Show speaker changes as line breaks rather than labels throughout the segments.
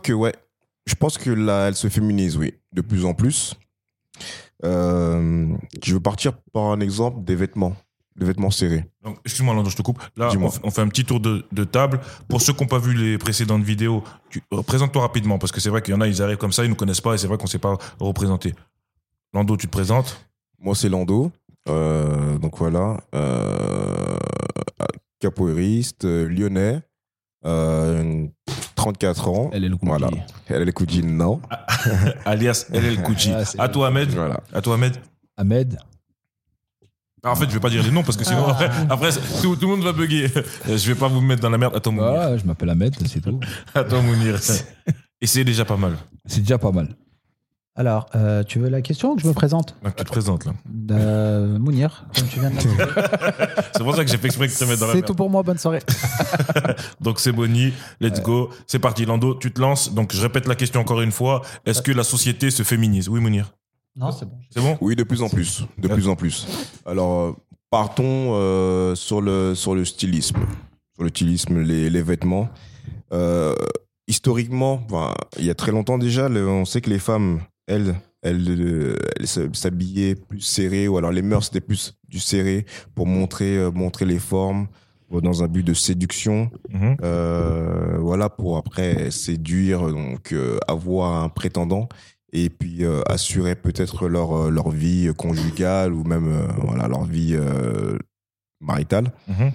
que, ouais, je pense que là, elle se féminise, oui, de plus en plus. Euh, je veux partir par un exemple des vêtements, des vêtements serrés.
Donc, excuse-moi, Landon, je te coupe. Là,
Dis-moi.
on, f- on fait un petit tour de, de table. Pour ceux qui n'ont pas vu les précédentes vidéos, tu- euh, présente-toi rapidement, parce que c'est vrai qu'il y en a, ils arrivent comme ça, ils nous connaissent pas, et c'est vrai qu'on ne s'est pas représenté. Lando, tu te présentes.
Moi, c'est Lando. Euh, donc voilà. Euh, capoeiriste, euh, lyonnais, euh, 34 ans.
Elle est le coup de
Voilà.
pied.
Elle est les coups de jean, non
alias LL Kouchi.
Ah, c'est-
à toi, Ahmed.
Voilà.
À toi, Ahmed.
Ahmed.
Ah, en fait, je vais pas dire les noms parce que sinon, après, après, tout, tout le monde va bugger. Euh, Je vais pas vous mettre dans la merde. Attends, Mounir.
Ah, je m'appelle Ahmed, c'est tout.
Attends, Mounir. Et c'est déjà pas mal.
C'est déjà pas mal.
Alors, euh, tu veux la question ou que je me présente
Donc, tu te présentes, là.
Euh, Mounir, comme tu viens de le dire.
C'est pour ça que j'ai fait exprès que tu te mettes dans la
C'est
merde.
tout pour moi, bonne soirée.
Donc, c'est Bonnie. Let's go. C'est parti, Lando. Tu te lances. Donc, je répète la question encore une fois. Est-ce que la société se féminise Oui, Mounir.
Non, c'est bon.
C'est bon
Oui, de plus en plus. De plus en plus. Alors, euh, partons euh, sur, le, sur le stylisme. Sur le stylisme, les, les vêtements. Euh, historiquement, enfin, il y a très longtemps déjà, le- on sait que les femmes, elles, elles, euh, elles se- s'habillaient plus serrées, ou alors les mœurs, c'était plus du serré pour montrer, euh, montrer les formes euh, dans un but de séduction.
Mhm.
Euh, voilà pour après séduire donc euh, avoir un prétendant et puis euh, assurer peut-être leur euh, leur vie conjugale ou même euh, voilà leur vie euh, maritale
Mhm.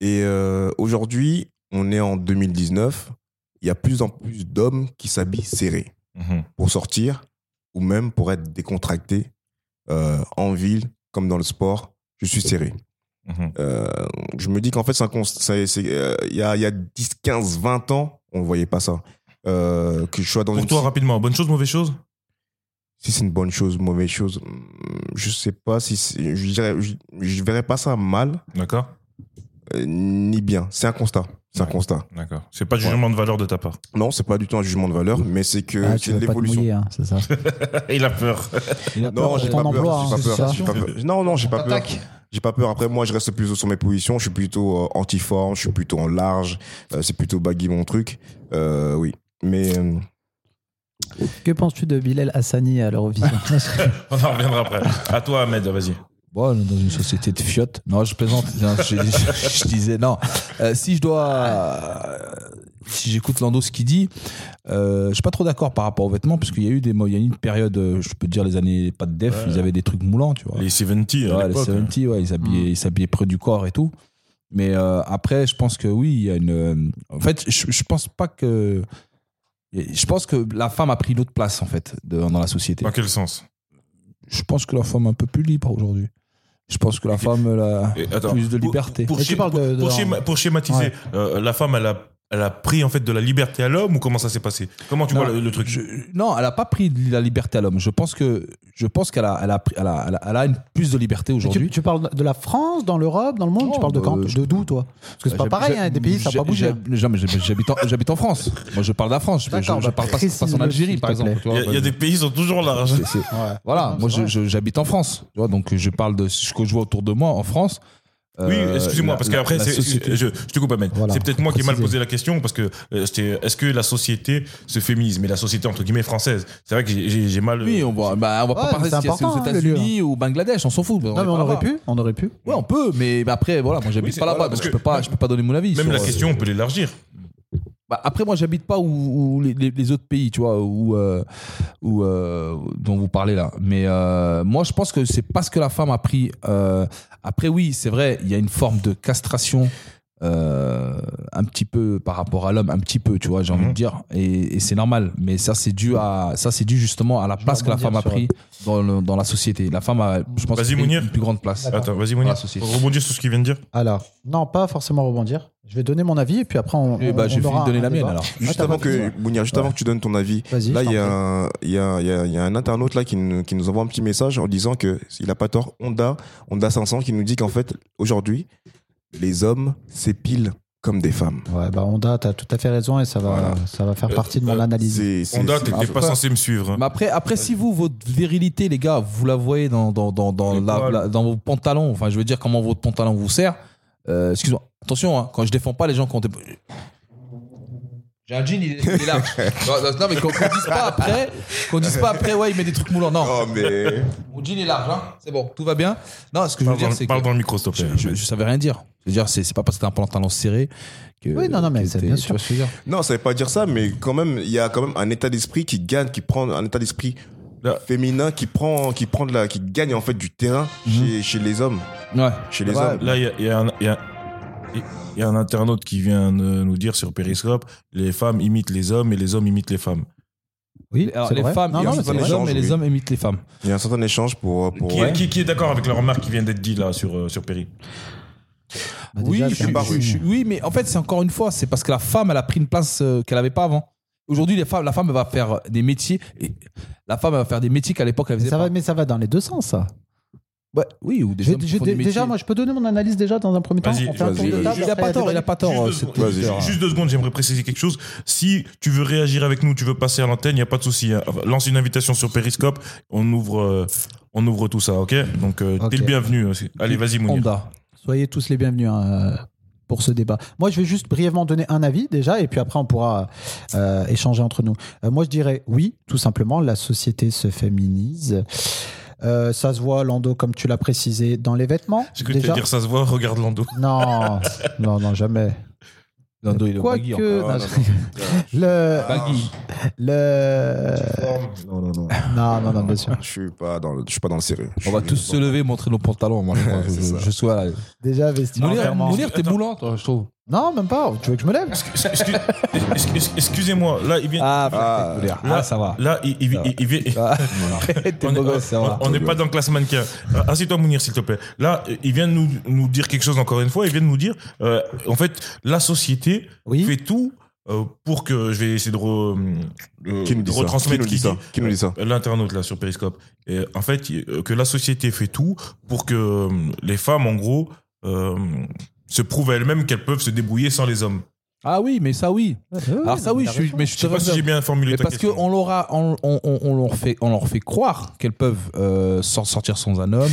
et euh, aujourd'hui on est en 2019 il y a plus en plus d'hommes qui s'habillent serrés
Mhm.
pour sortir ou même pour être décontractés euh, en ville comme dans le sport je suis serré
Mhm.
euh, je me dis qu'en fait, c'est un const- ça- c'est, euh, il y, a, il y a 10, 15, 20 ans, on ne voyait pas ça. Euh, que je sois dans
Pour
une.
toi, rapidement, bonne chose, mauvaise chose
si c'est une bonne chose, mauvaise chose, hmm, je sais pas si. c'est- Je, dirais- je, je verrais pas ça mal,
D'accord
euh, ni bien. C'est un constat. C'est un
Ouais.
constat.
D'accord. C'est pas de jugement de valeur de ta part.
Non, c'est pas du tout un jugement de valeur, mais c'est que
Ah,
Euh, c'est
tu
de
veux pas te
l'évolution.
mouiller, hein, c'est ça.
Il a peur.
Il a
Non,
peur
j'ai
de ton
pas,
emploi,
peur, j'ai
hein,
pas
c'est
peur.
ça.
j'ai pas peur. Non, non, j'ai pas peur.
T'attaques.
J'ai pas peur. Après, moi, je reste plutôt sur mes positions. Je suis plutôt euh, anti-forme, je suis plutôt en large. euh, c'est plutôt baggy mon truc. Euh, oui. Mais. euh,
Que penses-tu de Bilal Hassani à l'Eurovision
On en reviendra après. À toi, Ahmed, vas-y.
Bon, on est dans une société de fiottes. Non, je plaisante. Non, je, je- je disais, non. Euh, si je dois. euh, si j'écoute Lando ce qu'il dit, euh, je suis pas trop d'accord par rapport aux vêtements, parce qu'il y a eu des. mo- Il y a eu une période, euh, je peux dire les années pas de def,
Ouais.
ils avaient des trucs moulants, tu vois.
Les 70 à
Ouais, les
l'époque. hein. Mm.
70, ouais, ils s'habillaient ils s'habillaient près du corps et tout. Mais euh, après, je pense que oui, il y a une. euh, En fait, je, je pense pas que. Je pense que la femme a pris l'autre place, en fait, de- dans la société
Dans quel sens
je pense que la femme est un peu plus libre aujourd'hui. Je pense que la femme elle a
Et attends,
plus de
pour-
liberté.
Pour,
Mais tu
schéma-
parles de- de
pour
leur-
schéma- pour schématiser,
Ouais.
euh, la femme, elle a, elle a pris en fait de la liberté à l'homme ou comment ça s'est passé Comment tu
Non,
vois le, le truc
Je- non, elle a pas pris de la liberté à l'homme. Je pense que je pense qu'elle a, elle a, pris- elle a, elle a- elle a une plus de liberté
tu,
aujourd'hui.
tu parles de la France, dans l'Europe, dans le monde
Non,
Tu parles de
bah,
quand
je-
De d'où, toi Parce que c'est pas
J'hab-
pareil,
j'hab-
hein, des pays, ça n'a pas
j'hab-
bougé.
j'hab- jamais, j'hab- J'habite en, j'habite en France. Moi, je parle de la France. Je, je,
D'accord,
je
bah,
parle pas, je passe en
précise-le,
Algérie,
s'il
par
te
exemple.
plaît.
tu
Il y,
vois.
a- il y a des pays, ils ont toujours l'argent.
C'est- c'est-
Ouais.
Voilà,
Non,
moi,
c'est
je-
vrai.
je- j'habite en France. Tu vois, donc, je parle de ce que je vois autour de moi en France.
Oui,
Euh,
excusez-moi,
la-
parce
la-
qu'après,
la
c'est- euh,
société-
je, je te coupe, Ahmed.
Voilà,
c'est peut-être moi qui ai mal
préciser.
posé la question, parce que euh, c'était est-ce que la société se féminise Mais la société, entre guillemets, française. C'est vrai que j'ai- j'ai j'ai mal.
Oui, on va, bah, on va
Ouais,
pas parler
c'est
si c'est aux
important, hein, le
États-Unis ou au Bangladesh, on s'en fout.
Non, mais on aurait pu. On aurait pu.
Ouais, on peut, mais mais après, voilà, moi j'habite
c'est-
pas là-bas,
voilà,
donc
parce
je
que-
peux pas, je peux pas donner mon avis.
euh, Même
sur- euh,
la question, on peut l'élargir.
Bah, après, moi j'habite pas où, où les, les- les autres pays, tu vois, où, euh, où, euh, dont vous parlez là. Mais euh, moi, je pense que c'est parce que la femme a pris. euh, après, oui, c'est vrai, il y a une forme de castration. euh, un petit peu par rapport à l'homme un petit peu tu vois j'ai envie
Mhm.
de dire et, et c'est normal mais ça c'est dû à ça c'est dû justement à la
vais
place que la
rebondir
femme a
sur-
pris dans, le- dans la société la femme a je pense
Vas-y,
pris
Mounir.
une plus grande place
D'accord.
Attends, vas-y, Mounir.
Pas de souci.
Pour rebondir sur ce qu'il vient de dire.
Alors, non, pas forcément rebondir. Je vais donner mon avis et puis après, on.
et bah
on-
j'ai
on
fini
aura
de donner
un
la mienne
débat.
alors
Juste
Ah, t'as
avant,
pas fini,
que,
ouais.
Mounir, juste avant que tu donnes ton avis,
Vas-y.
là,
je
il y, a
t'en prie.
un- il y a, il y a- il y a un internaute là qui, nous- qui nous envoie un petit message en disant qu'il n'a pas tort, Honda, Honda 500, qui nous dit qu'en fait, aujourd'hui, les hommes s'épilent comme des femmes.
Ouais, bah, Honda, t'as tout à fait raison et ça va,
Voilà.
ça va faire
Euh,
partie de mon
euh,
analyse.
C'est- c'est-
Honda,
c'est-
t'étais pas
Ouais.
censé me suivre. hein.
Mais après, après si vous, votre virilité, les gars, vous la voyez dans, dans, dans, dans,
Les
la-
poils.
la- dans vos pantalons, enfin, je veux dire comment votre pantalon vous sert. Euh, Excuse-moi, attention, hein, quand je défends pas les gens qui ont des. J'ai un jean, il est, il est large. Non, non, non, mais qu'on qu'on dise pas après, qu'on dise pas après, ouais, il met des trucs moulants. Non,
Oh, mais.
mon jean est large, hein. c'est bon, tout va bien. Non, ce que je veux
Parle,
dire,
dans,
c'est que
parle dans le micro, s'il te plaît.
je, je, je savais rien dire. Je veux dire, c'est c'est pas parce que t'as un pantalon serré que.
Oui, non, non, mais
que
c'est
t'es-
bien
tu
sûr.
vois ce que je veux dire.
Non, ça veut pas dire ça, mais quand même, il y a quand même un état d'esprit qui gagne, qui prend un état d'esprit
Là.
féminin qui prend, qui prend de la, qui gagne en fait du terrain
Mhm.
chez, chez les hommes,
Ouais.
chez les
Ouais.
hommes.
Là, il y a, il y a un- il y a- il y a un internaute qui vient euh, nous dire sur Periscope les femmes imitent les hommes et les hommes imitent les femmes.
Oui,
Alors,
c'est
les
vrai.
femmes,
Non,
il y a
non,
un
mais
imitent
c'est
certain
les
vrai. Bah,
hommes et les
oui.
hommes imitent les femmes.
Il y a un certain échange pour, pour
Qui,
ouais.
qui- qui est d'accord avec la remarque qui vient d'être dite là sur, euh, sur Perry
Bah,
oui,
déjà,
je
c'est
suis-
un
je suis-
signe.
oui, mais en fait, c'est encore une fois, c'est parce que la femme, elle a pris une place euh, qu'elle n'avait pas avant. Aujourd'hui, les femmes, la femme elle va faire euh, des métiers. Et la femme elle va faire des métiers qu'à l'époque, elle
Mais
faisait
ça,
pas.
va, mais ça va dans les deux sens, ça.
Ouais, oui, ou des
J'ai-
hommes qui
j'ai-
font des métiers.
déjà, moi, je peux donner mon analyse déjà dans un premier temps.
Vas-y,
On fait un tour
vas-y,
de
vas-y.
table,
il a
après,
pas tort, il a
débat.
pas tort. euh,
Juste
cet
deux
secondes.
auditeur,
Vas-y,
hein.
Juste deux secondes, j'aimerais préciser quelque chose. Si tu veux réagir avec nous, tu veux passer à l'antenne, il n'y a pas de souci. hein. Lance une invitation sur Periscope, on ouvre, euh, on ouvre tout ça, ok Donc, euh,
Ok.
t'es le bienvenu. aussi. Allez, vas-y, Mounir.
Honda.
Soyez tous les bienvenus hein, euh, pour ce débat. Moi, je vais juste brièvement donner un avis déjà, et puis après, on pourra euh, échanger entre nous. Euh, moi, je dirais oui, tout simplement, la société se féminise. Euh, ça se voit, Lando, comme tu l'as précisé, dans les vêtements.
J'ai cru que t'allais dire ça se voit, regarde Lando.
Non, non, non, jamais.
hein. Lando, il est au baggy, encore. Ah,
Quoique,
encore.
non,
Non,
je- le,
Baggy.
le,
Non, non, non.
non, non, non, bien sûr.
Je suis pas dans le, je suis pas dans le sérieux. Je
On va
suis-
tous se lever, montrer nos pantalons. Moi, je, crois.
c'est
je,
ça.
je, je suis là.
Déjà vesti.
Mounir,
clairement.
Mounir, t'es moulant, toi, je trouve.
Non, même pas. Tu veux que je me lève
Excuse- excuse- Excusez-moi, là, il vient.
Ah,
Ah,
Mounir.
là-
Ah, ça va.
Là, il, il-
Ça va.
il- il vient-
Ah,
On
T'es
est-
beau gosse, ça hein.
on-
va.
on n'est
bien.
pas dans le classe mannequin. Euh, Assieds-toi, Mounir, s'il te plaît. Là, euh, il vient de nous, nous dire quelque chose encore une fois. Il vient de nous dire, euh, en fait, la société
Oui.
fait tout euh, pour que je vais essayer de, re- de-
Euh, Qui nous
de
dit ça Qui
retransmettre
nous dit ça Qui nous dit ça
L'internaute là sur Periscope. Et, en fait, il- euh, que la société fait tout pour que euh, les femmes, en gros, euh, se prouvent à elles-mêmes qu'elles peuvent se débrouiller sans les hommes.
Ah oui, mais ça, oui. Alors, Ah, ça, oui, je suis, mais je
Je
te
sais pas si j'ai bien formulé
Mais
ta
parce
question.
qu'on l'aura, on, on, on, on leur fait, on leur fait croire qu'elles peuvent euh, s'en sortir sans un homme.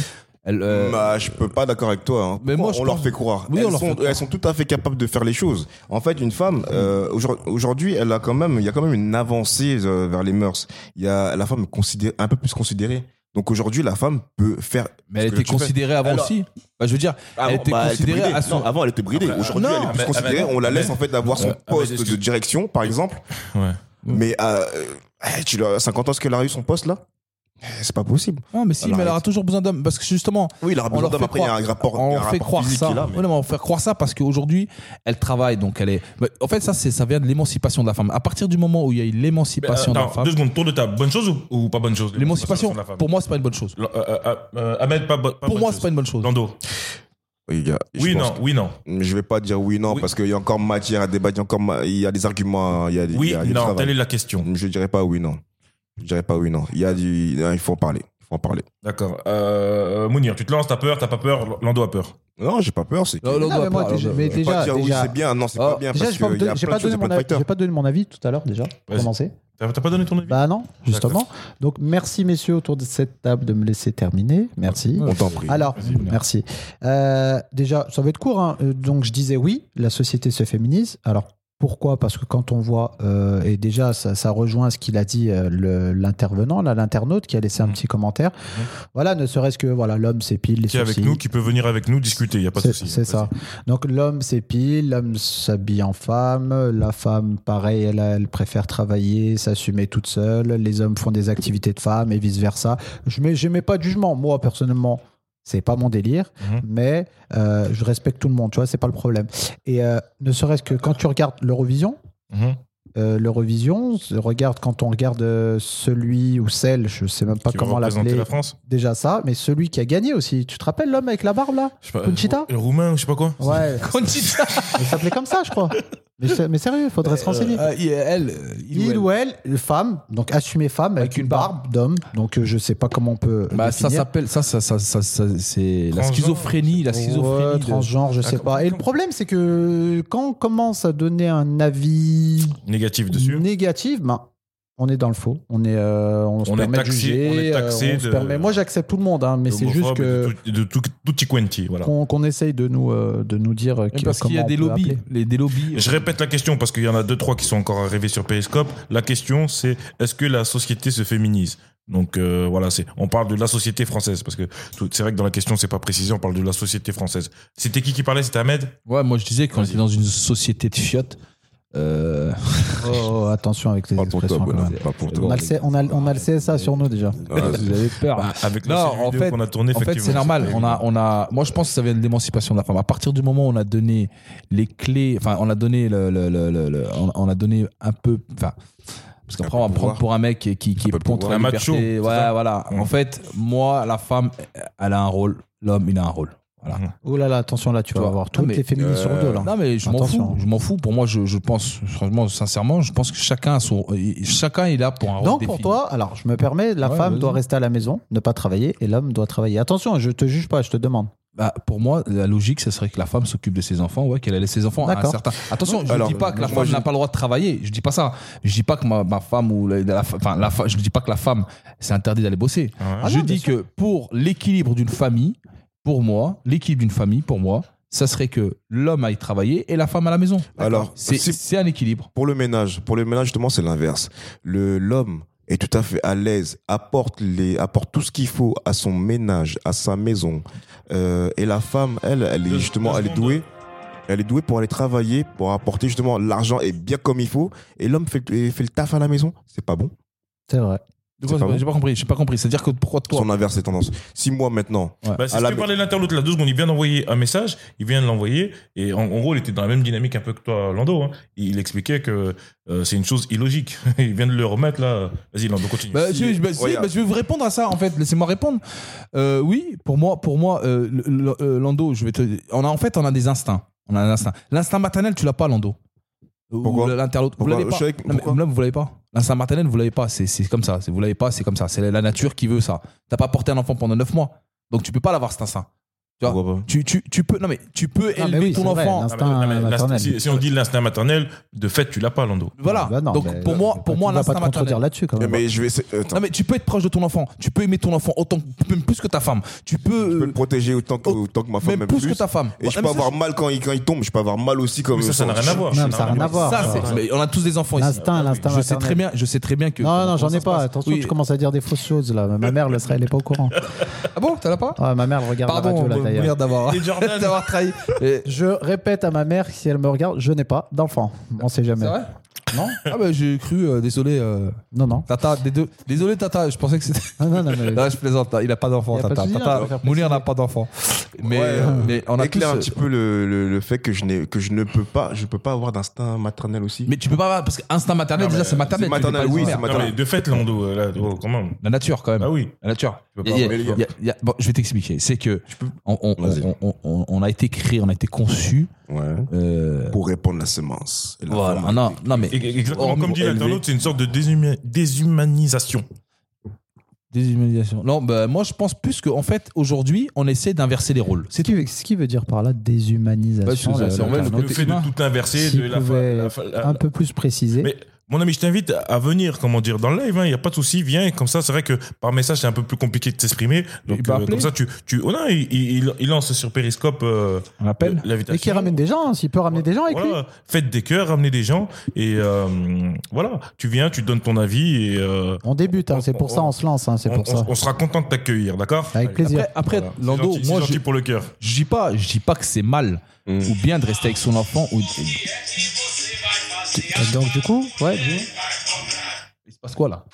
Elles, euh,
Bah, je peux pas d'accord avec toi. hein.
mais moi,
Pourquoi
je
on leur
pense-
fait croire.
Oui, on
elles,
leur fait
sont,
croire.
elles sont tout à fait capables de faire les choses. En fait, une femme euh, aujourd- aujourd'hui, elle a quand même, il y a quand même une avancée euh, vers les mœurs. Il y a la femme est considérée un peu plus considérée. Donc aujourd'hui, la femme peut faire.
mais elle
ce que
était
tu fais.
considérée avant
Alors-
aussi. Bah, je veux dire,
Avant,
elle était
bah,
considérée
bridée.
à son.
Non, avant, elle était bridée.
Après,
Aujourd'hui,
non,
elle est plus
mais-
considérée.
mais-
on la
mais-
laisse en fait d'avoir
Euh,
son
ah, mais
poste de
excuse-
direction, par exemple.
Ouais.
Mm.
Mais euh, euh, tu l'as 50 ans, est-ce qu'elle a eu son poste là Eh, C'est pas possible.
Non, Ah, mais si,
Alors,
mais elle aura
elle-
toujours besoin d'hommes parce que justement,
Oui, il aura
on
besoin
leur
d'hommes.
fait
Après, il y a
croire,
un rapport, il y
on
a un
leur fait
rapport
croire
physique
ça.
qui est là,
Ouais,
mais-
non, mais on leur fait croire ça parce qu'aujourd'hui, elle travaille, donc elle est. Mais En fait, ça, c'est, ça vient de l'émancipation de la femme. À partir du moment où il y a eu
Mais, euh,
l'émancipation de la
euh,
attends,
femme,
deux secondes, tour de table. Bonne chose ou, ou pas bonne chose
l'émancipation,
de la femme
pour moi, c'est pas une bonne chose.
Le- euh, euh, euh, Ahmed, pas, bo- pas
Pour
bonne
moi,
chose.
c'est pas une bonne chose.
Lando.
Oui, gars, je
Oui,
pense
non, oui, non.
Mais Je vais pas dire oui non
Oui.
parce qu'il y a encore matière à débattre, il y a encore ma- il y a des arguments, il y a, il
Oui,
y a du
non,
travail.
telle est la question.
Je dirais pas oui non. Je dirais pas oui non. Il y a du il faut en parler, il faut en parler.
D'accord. Euh, Mounir, tu te lances, t'as peur, t'as pas peur, Lando a peur.
Non, j'ai pas peur, c'est que
Non,
je
non,
vais
on
Non,
doit
mais moi,
pas-
déjà-
on doit-
mais
pas
Euh, déjà,
dire oui,
déjà- Euh,
c'est bien, non, c'est
Ah,
pas bien
Déjà,
parce
j'ai pas,
qu'il y a
j'ai
plein
pas
de choses, il
donné
y a
mon
plein de
avis,
facteurs.
j'ai pas donné mon avis tout à l'heure déjà, pour
Vas-y.
commencer.
T'as t'as pas donné ton avis
Bah non, justement.
D'accord.
Donc merci messieurs autour de cette table de me laisser terminer. Merci.
On t'en prie.
Alors,
Vas-y, Mounir.
merci. Euh, déjà, ça va être court. hein. Euh, Donc je disais oui, la société se féminise. Alors pourquoi Parce que quand on voit, euh, et déjà ça, ça rejoint ce qu'il a dit euh, le- l'intervenant, là, l'internaute qui a laissé un
Mhm.
petit commentaire.
Mhm.
Voilà, ne serait-ce que voilà, l'homme s'épile, les
Qui est avec
sourcils.
nous, qui peut venir avec nous discuter, y a pas de
C'est-
souci.
C'est ça. Donc l'homme s'épile, l'homme s'habille en femme, la femme, pareil, elle, elle préfère travailler, s'assumer toute seule, les hommes font des activités de femmes et vice-versa. Je mets, je mets pas de jugement, moi personnellement. C'est pas mon délire,
Mhm.
mais euh, je respecte tout le monde, tu vois, c'est pas le problème. Et euh, ne serait-ce que quand tu regardes l'Eurovision,
Mhm.
euh, l'Eurovision, se regarde quand on regarde euh, celui ou celle, je sais même pas
Qui va
comment
représenter
l'appeler,
la France
déjà ça, mais celui qui a gagné aussi. Tu te rappelles l'homme avec la barbe là
Je sais pas,
Conchita
Le roumain, je sais pas quoi.
Ouais,
Conchita.
il s'appelait comme ça, je crois. Mais, c'est- mais sérieux, il faudrait se renseigner.
Euh, il- elle, euh,
il ou elle, une femme, donc assumée femme, avec,
Avec une
une barbe, d'homme. Donc euh, je sais pas comment on peut.
Bah, ça
définir.
s'appelle ça, ça, ça, ça, ça- c'est la
Transgenre,
schizophrénie, la
Ouais,
schizophrénie. de-
transgenre, je sais
D'accord.
pas. Et le problème, c'est que quand on commence à donner un avis
Négatif dessus.
négatif, ben, On est dans le faux. On est, euh, on se
On est
permet de
taxé-
juger.
on est
euh,
taxé
se
de-
permet- Moi, j'accepte tout le monde, hein, mais c'est juste
Homophobe
que
et De tout, de tout, tutti quanti, voilà.
qu'on qu'on essaye de nous, euh, de nous dire euh, qui-
Parce qu'il y a
comment on
des
peut
lobbies.
appeler.
Les, des lobbies.
Je répète la question parce qu'il y en a deux, trois qui sont encore arrivés sur Periscope. La question, c'est est-ce que la société se féminise Donc euh, voilà, c'est on parle de la société française parce que tout- c'est vrai que dans la question, c'est pas précisé. On parle de la société française. C'était qui qui parlait C'était Ahmed.
Ouais, moi je disais qu'on
Vas-y.
était dans une société de fiottes. Euh,
Oh, oh, attention avec les
Pas pour toi,
expressions. quand
Bonan,
même.
Pas pour
On
toi.
a, le, C- on, a, on a le CSA sur nous déjà.
Ah,
Vous avez peur.
Bah,
Avec
Non,
série
en
vidéo
fait-
qu'on a tourné,
En fait, c'est normal. On a, on a, moi, je pense que ça vient de l'émancipation de la femme. À partir du moment où on a donné les clés, enfin, on a donné le, le- le- le- le- on, on a donné un peu, enfin, parce qu'après,
Un peu
on va
de
me prendre
pouvoir.
pour un mec qui, qui, qui
Un peu
est
de
contre
pouvoir.
la
Un
liberté.
macho, c'est
Ouais,
ça
voilà.
Mm.
En fait, moi, la femme, elle a un rôle. L'homme, il a un rôle. Voilà.
Mm.
Oh là là, attention là, tu
Toi.
vas avoir
Non,
toutes
mais-
les féministes sur
Euh,
deux là.
Non mais je m'en
Attention.
fous, je m'en fous. Pour moi, je, je pense, franchement, sincèrement, je pense que chacun a son, chacun est là pour un rôle.
Donc pour
défini.
toi, alors je me permets, la
Ouais,
femme
vas-y.
doit rester à la maison, ne pas travailler, et l'homme doit travailler. Attention, je te juge pas, je te demande.
Bah, pour moi, la logique, ce serait que la femme s'occupe de ses enfants, ouais, qu'elle laisse ses enfants à un
D'accord.
certain. Attention, je ne
Alors,
dis pas que la
moi,
femme
je-
n'a pas le droit de travailler. Je dis pas ça. Je dis pas que ma, ma femme ou la, la- enfin, la fa- je ne dis pas que la femme c'est interdit d'aller bosser.
Ah
je
non, bien
dis que pour l'équilibre d'une famille, pour moi, l'équilibre d'une famille, pour moi, ça serait que l'homme aille travailler et la femme à la maison.
Alors,
c'est
si-
c'est un équilibre.
Pour le ménage, pour le ménage justement, c'est l'inverse. Le l'homme est tout à fait à l'aise, apporte les apporte tout ce qu'il faut à son ménage, à sa maison. Euh, et la femme, elle, elle est
Deux-
justement,
deux
elle est
secondes.
douée. Elle est douée pour aller travailler, pour apporter justement l'argent et bien comme il faut. Et l'homme fait, et fait le taf à la maison. C'est pas bon.
C'est vrai.
De
quoi, c'est pas bon
J'ai pas compris. J'ai pas compris. C'est à dire que pourquoi toi
Son inverse est tendance. Si moi maintenant,
Bah, c'est
À
ce
la
que
ma-
parlait l'interloute là, deux secondes. Il vient d'envoyer un message, il vient de l'envoyer, et en, en gros, il était dans la même dynamique un peu que toi, Lando. hein. Il expliquait que euh, c'est une chose illogique. il vient de le remettre là. Vas-y, Lando, continue.
Bah,
Si-
je, bah, si,
regarde.
bah, je vais vous répondre à ça en fait. Laissez-moi répondre. Euh, oui, pour moi, pour moi, euh, le- le- euh, Lando, je vais te. On a en fait, on a des instincts. On a un instinct. L'instinct maternel, tu l'as pas, Lando. Ou
Pourquoi
L'interlope, vous
Pourquoi
l'avez
Je
pas.
suis avec-
Non, mais
pourquoi
là, vous l'avez pas. L'instinct maternel, vous l'avez pas. C'est c'est comme ça. C'est- Vous l'avez pas. C'est comme ça. C'est la, la nature qui veut ça. T'as pas porté un enfant pendant 9 mois, donc tu peux pas l'avoir cet instinct. Tu vois
pourquoi pas
Tu, tu, tu peux. Non mais tu peux
Ah, mais
élever
oui,
ton
c'est vrai,
enfant.
l'instinct-
Ah, mais- ah, mais l'instinct-
maternel.
Si, si on dit l'instinct maternel, de fait, tu l'as pas, Lando.
Voilà.
Bah non,
donc
mais-
pour moi, pour moi,
on va
l'instinct
pas te contredire
maternel.
là-dessus quand même.
bah.
Mais je vais. essayer- euh, attends.
Non Eh, mais tu peux être proche de ton enfant. Tu peux aimer ton enfant autant, même plus que ta femme. Tu peux.
Je peux
euh,
le protéger autant que,
oh,
autant que ma femme,
même,
même
plus, que ta femme.
Et
Ouais,
je
non,
peux
mais ça,
avoir mal quand il, quand il tombe. Je peux avoir mal aussi comme.
Mais ça, ça n'a rien à voir.
Non, mais ça n'a rien à voir.
Ça,
ça.
c'est- mais on a tous des enfants ici.
L'instinct, l'instinct
Je sais
maternel.
très bien, je sais très bien que.
Non,
comment
non, j'en
ça
ai
se
pas.
passe.
Attention,
Oui. Euh,
tu commences à dire des fausses choses là. Ma mère, le serait, elle est pas au courant.
Ah bon, t'as la pas
Ouais, ma mère elle regarde la
Pardon,
radio là
mon
d'ailleurs.
merde d'avoir
Et Jordan.
d'avoir trahi. Et-
Je répète à ma mère, si elle me regarde, je n'ai pas d'enfant. On sait
C'est
jamais.
vrai Non Ah bah j'ai cru, euh, désolé euh,
Non, non.
Tata, des deux- désolé Tata, je pensais que c'était.
Non, non, non, mais-
Non, je plaisante, hein, il a pas d'enfant
Il a pas de
Tata.
souci, hein,
Tata,
je préfère
Mounir n'a pas d'enfant. Mais,
Ouais,
euh, mais on a
Éclaire
tous,
un
euh,
petit peu le, le, le fait que je, n'ai- que je ne peux pas, je peux pas avoir d'instinct maternel aussi.
Mais tu peux pas parce qu'instinct maternel,
Non,
déjà
mais
c'est maternel.
c'est
tu fais pas
maternel,
les
oui,
enfants.
c'est
Non,
Attends.
mais de fait, Lando, euh, là, oh, quand même.
La nature quand même.
Ah oui.
La nature.
Tu peux
Il
pas
y a-
avoir-
il y a- il y a- bon, je vais t'expliquer. C'est que on, on-
Vas-y.
on- on- on- on a été créé, on a été conçu
Ouais.
euh,
Pour répandre la semence. Et la
Voilà,
femme-
non, non, mais
Et- Exactement
hormone
comme dit
élevé.
l'internaute, c'est une sorte de déshuma- déshumanisation.
déshumanisation. Non, bah, moi je pense plus qu'en fait aujourd'hui on essaie d'inverser les rôles.
Ce qui, ce qui veut dire par là déshumanisation. Euh,
Bah, c'est-
le-
c'est- en vrai,
le-
le
le-
Le
côté
fait de
humain.
tout inverser,
S'il
de la, fa-
pouvait
la fa-
Euh,
la-
un peu plus précisé.
Mais mon ami, je t'invite à venir, comment dire, dans le live. hein. Il n'y a pas de souci, viens. Comme ça, c'est vrai que par message, c'est un peu plus compliqué de s'exprimer.
Il
Donc,
peut
euh,
appeler.
comme ça, tu, tu, oh non, il, il- il lance sur Periscope euh,
On l'appelle
l'invitation.
Mais qui ramène des gens, hein, s'il peut ramener des gens avec lui.
Voilà, faites des cœurs, ramenez des gens et euh, voilà, tu viens, tu donnes ton avis et euh,
On débute, hein, c'est pour ça on se lance, hein, c'est
on,
pour ça.
on- on sera content de t'accueillir, d'accord
Avec plaisir.
Euh, Après, après
Voilà. C'est
Lando,
gentil, c'est
moi
gentil
je,
pour le cœur.
je dis pas, je dis pas que c'est mal
Mm.
ou bien de rester avec son enfant ou.
Et Donc du coup, ouais, dis-moi.
Il se passe quoi là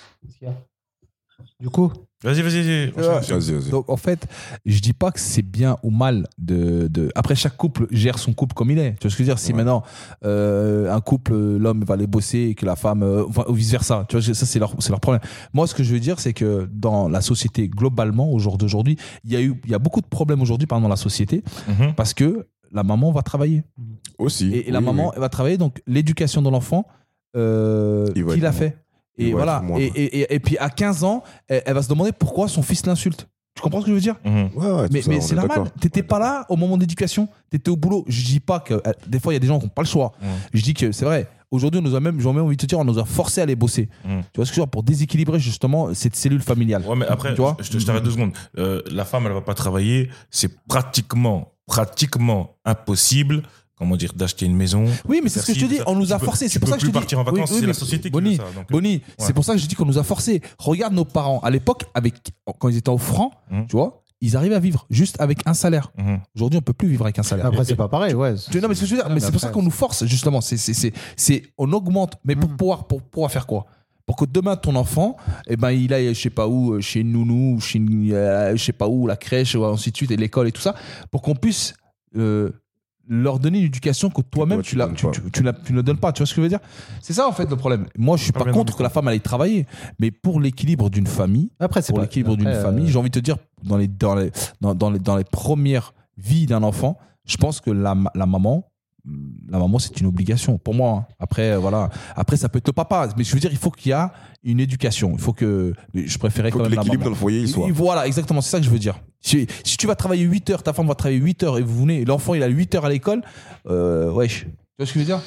du coup,
Vas-y, vas-y, vas-y.
Euh,
Ah, Vas-y, vas-y.
Donc en fait, je dis pas que c'est bien ou mal de, de- Après, chaque couple gère son couple comme il est. Tu vois ce que je veux dire Si
Ouais.
maintenant euh, un couple, euh, l'homme va aller bosser et que la femme, euh, enfin, ou vice versa. Tu vois, ça c'est leur, c'est leur problème. Moi, ce que je veux dire, c'est que dans la société globalement au jour d'aujourd'hui, il y a eu, il y a beaucoup de problèmes aujourd'hui, pardon, dans la société,
Mhm.
parce que la maman va travailler
Aussi.
et, et la
oui,
maman
oui.
elle va travailler. Donc l'éducation de l'enfant, euh,
Il va
qui
être
l'a
moins-
fait
il
Et
va
voilà.
être moins-
Et, et- et- et puis à 15 ans, elle- elle va se demander pourquoi son fils l'insulte. Tu comprends ce que je veux dire
Mhm.
Ouais, ouais, tout
mais,
ça,
mais
on
c'est
est
normal.
d'accord.
T'étais pas là au moment d'éducation. T'étais au boulot. Je dis pas que euh, des fois il y a des gens qui n'ont pas le choix.
Mhm.
Je dis que c'est vrai. Aujourd'hui, on nous a même, j'ai même envie de te dire, on nous a forcé à aller bosser.
Mm.
Tu vois ce que je veux dire Pour déséquilibrer justement cette cellule familiale.
Ouais, mais après,
Tu vois
je, je te- je t'arrête deux secondes. Euh, la femme, elle va pas travailler. C'est pratiquement, pratiquement impossible, comment dire, d'acheter une maison.
Oui, mais c'est ce que je te dis, on nous a forcé. C'est pour ça que je te dis.
Tu peux plus partir en vacances,
Oui, oui,
c'est la
mais
société qui
Bonnie,
veut ça. donc, euh,
Bonnie,
ouais.
c'est pour ça que je dis qu'on nous a forcé. Regarde nos parents à l'époque, avec quand ils étaient au franc,
Mhm.
tu vois, ils arrivaient à vivre juste avec un salaire.
mhm.
Aujourd'hui, on peut plus vivre avec un salaire.
Après, c'est pas pareil, ouais.
Tu- non, mais c'est ce que je veux dire,
Non,
mais
mais
c'est pour ça
après,
qu'on nous force justement. C'est, c'est, c'est, c'est- on augmente, mais pour
Mhm.
pouvoir, pour pouvoir faire quoi Pour que demain ton enfant, eh ben, il aille, je sais pas où, euh, chez une nounou, ou chez une, euh, je sais pas où, la crèche, ou ainsi de suite, et l'école et tout ça, pour qu'on puisse euh, leur donner une éducation que toi-même
Toi, tu
tu, la,
donnes
tu,
pas.
tu- tu la- tu ne donnes pas. Tu vois ce que je veux dire C'est ça en fait le problème. Moi, je suis
Pas
pas
bien
contre
entendu.
que la femme aille travailler, mais pour l'équilibre d'une famille
Après, c'est
pour
pas-
l'équilibre d'une
après, euh,
famille. J'ai envie de te dire, dans les, dans les, dans, dans les, dans les premières vies d'un enfant, je pense que la, ma- la maman, la maman, c'est une obligation pour moi. hein. Après, euh, voilà. Après, ça peut être le papa, mais je veux dire, il faut qu'il y a une éducation. Il faut que je préférais
Faut
quand
que
même la
l'équilibre
maman.
dans le foyer, il soit.
Et Voilà, exactement, c'est ça que je veux dire. Si, si tu vas travailler 8 heures, ta femme va travailler 8 heures et vous venez, l'enfant il a 8 heures à l'école, euh, wesh. Tu vois ce que je veux dire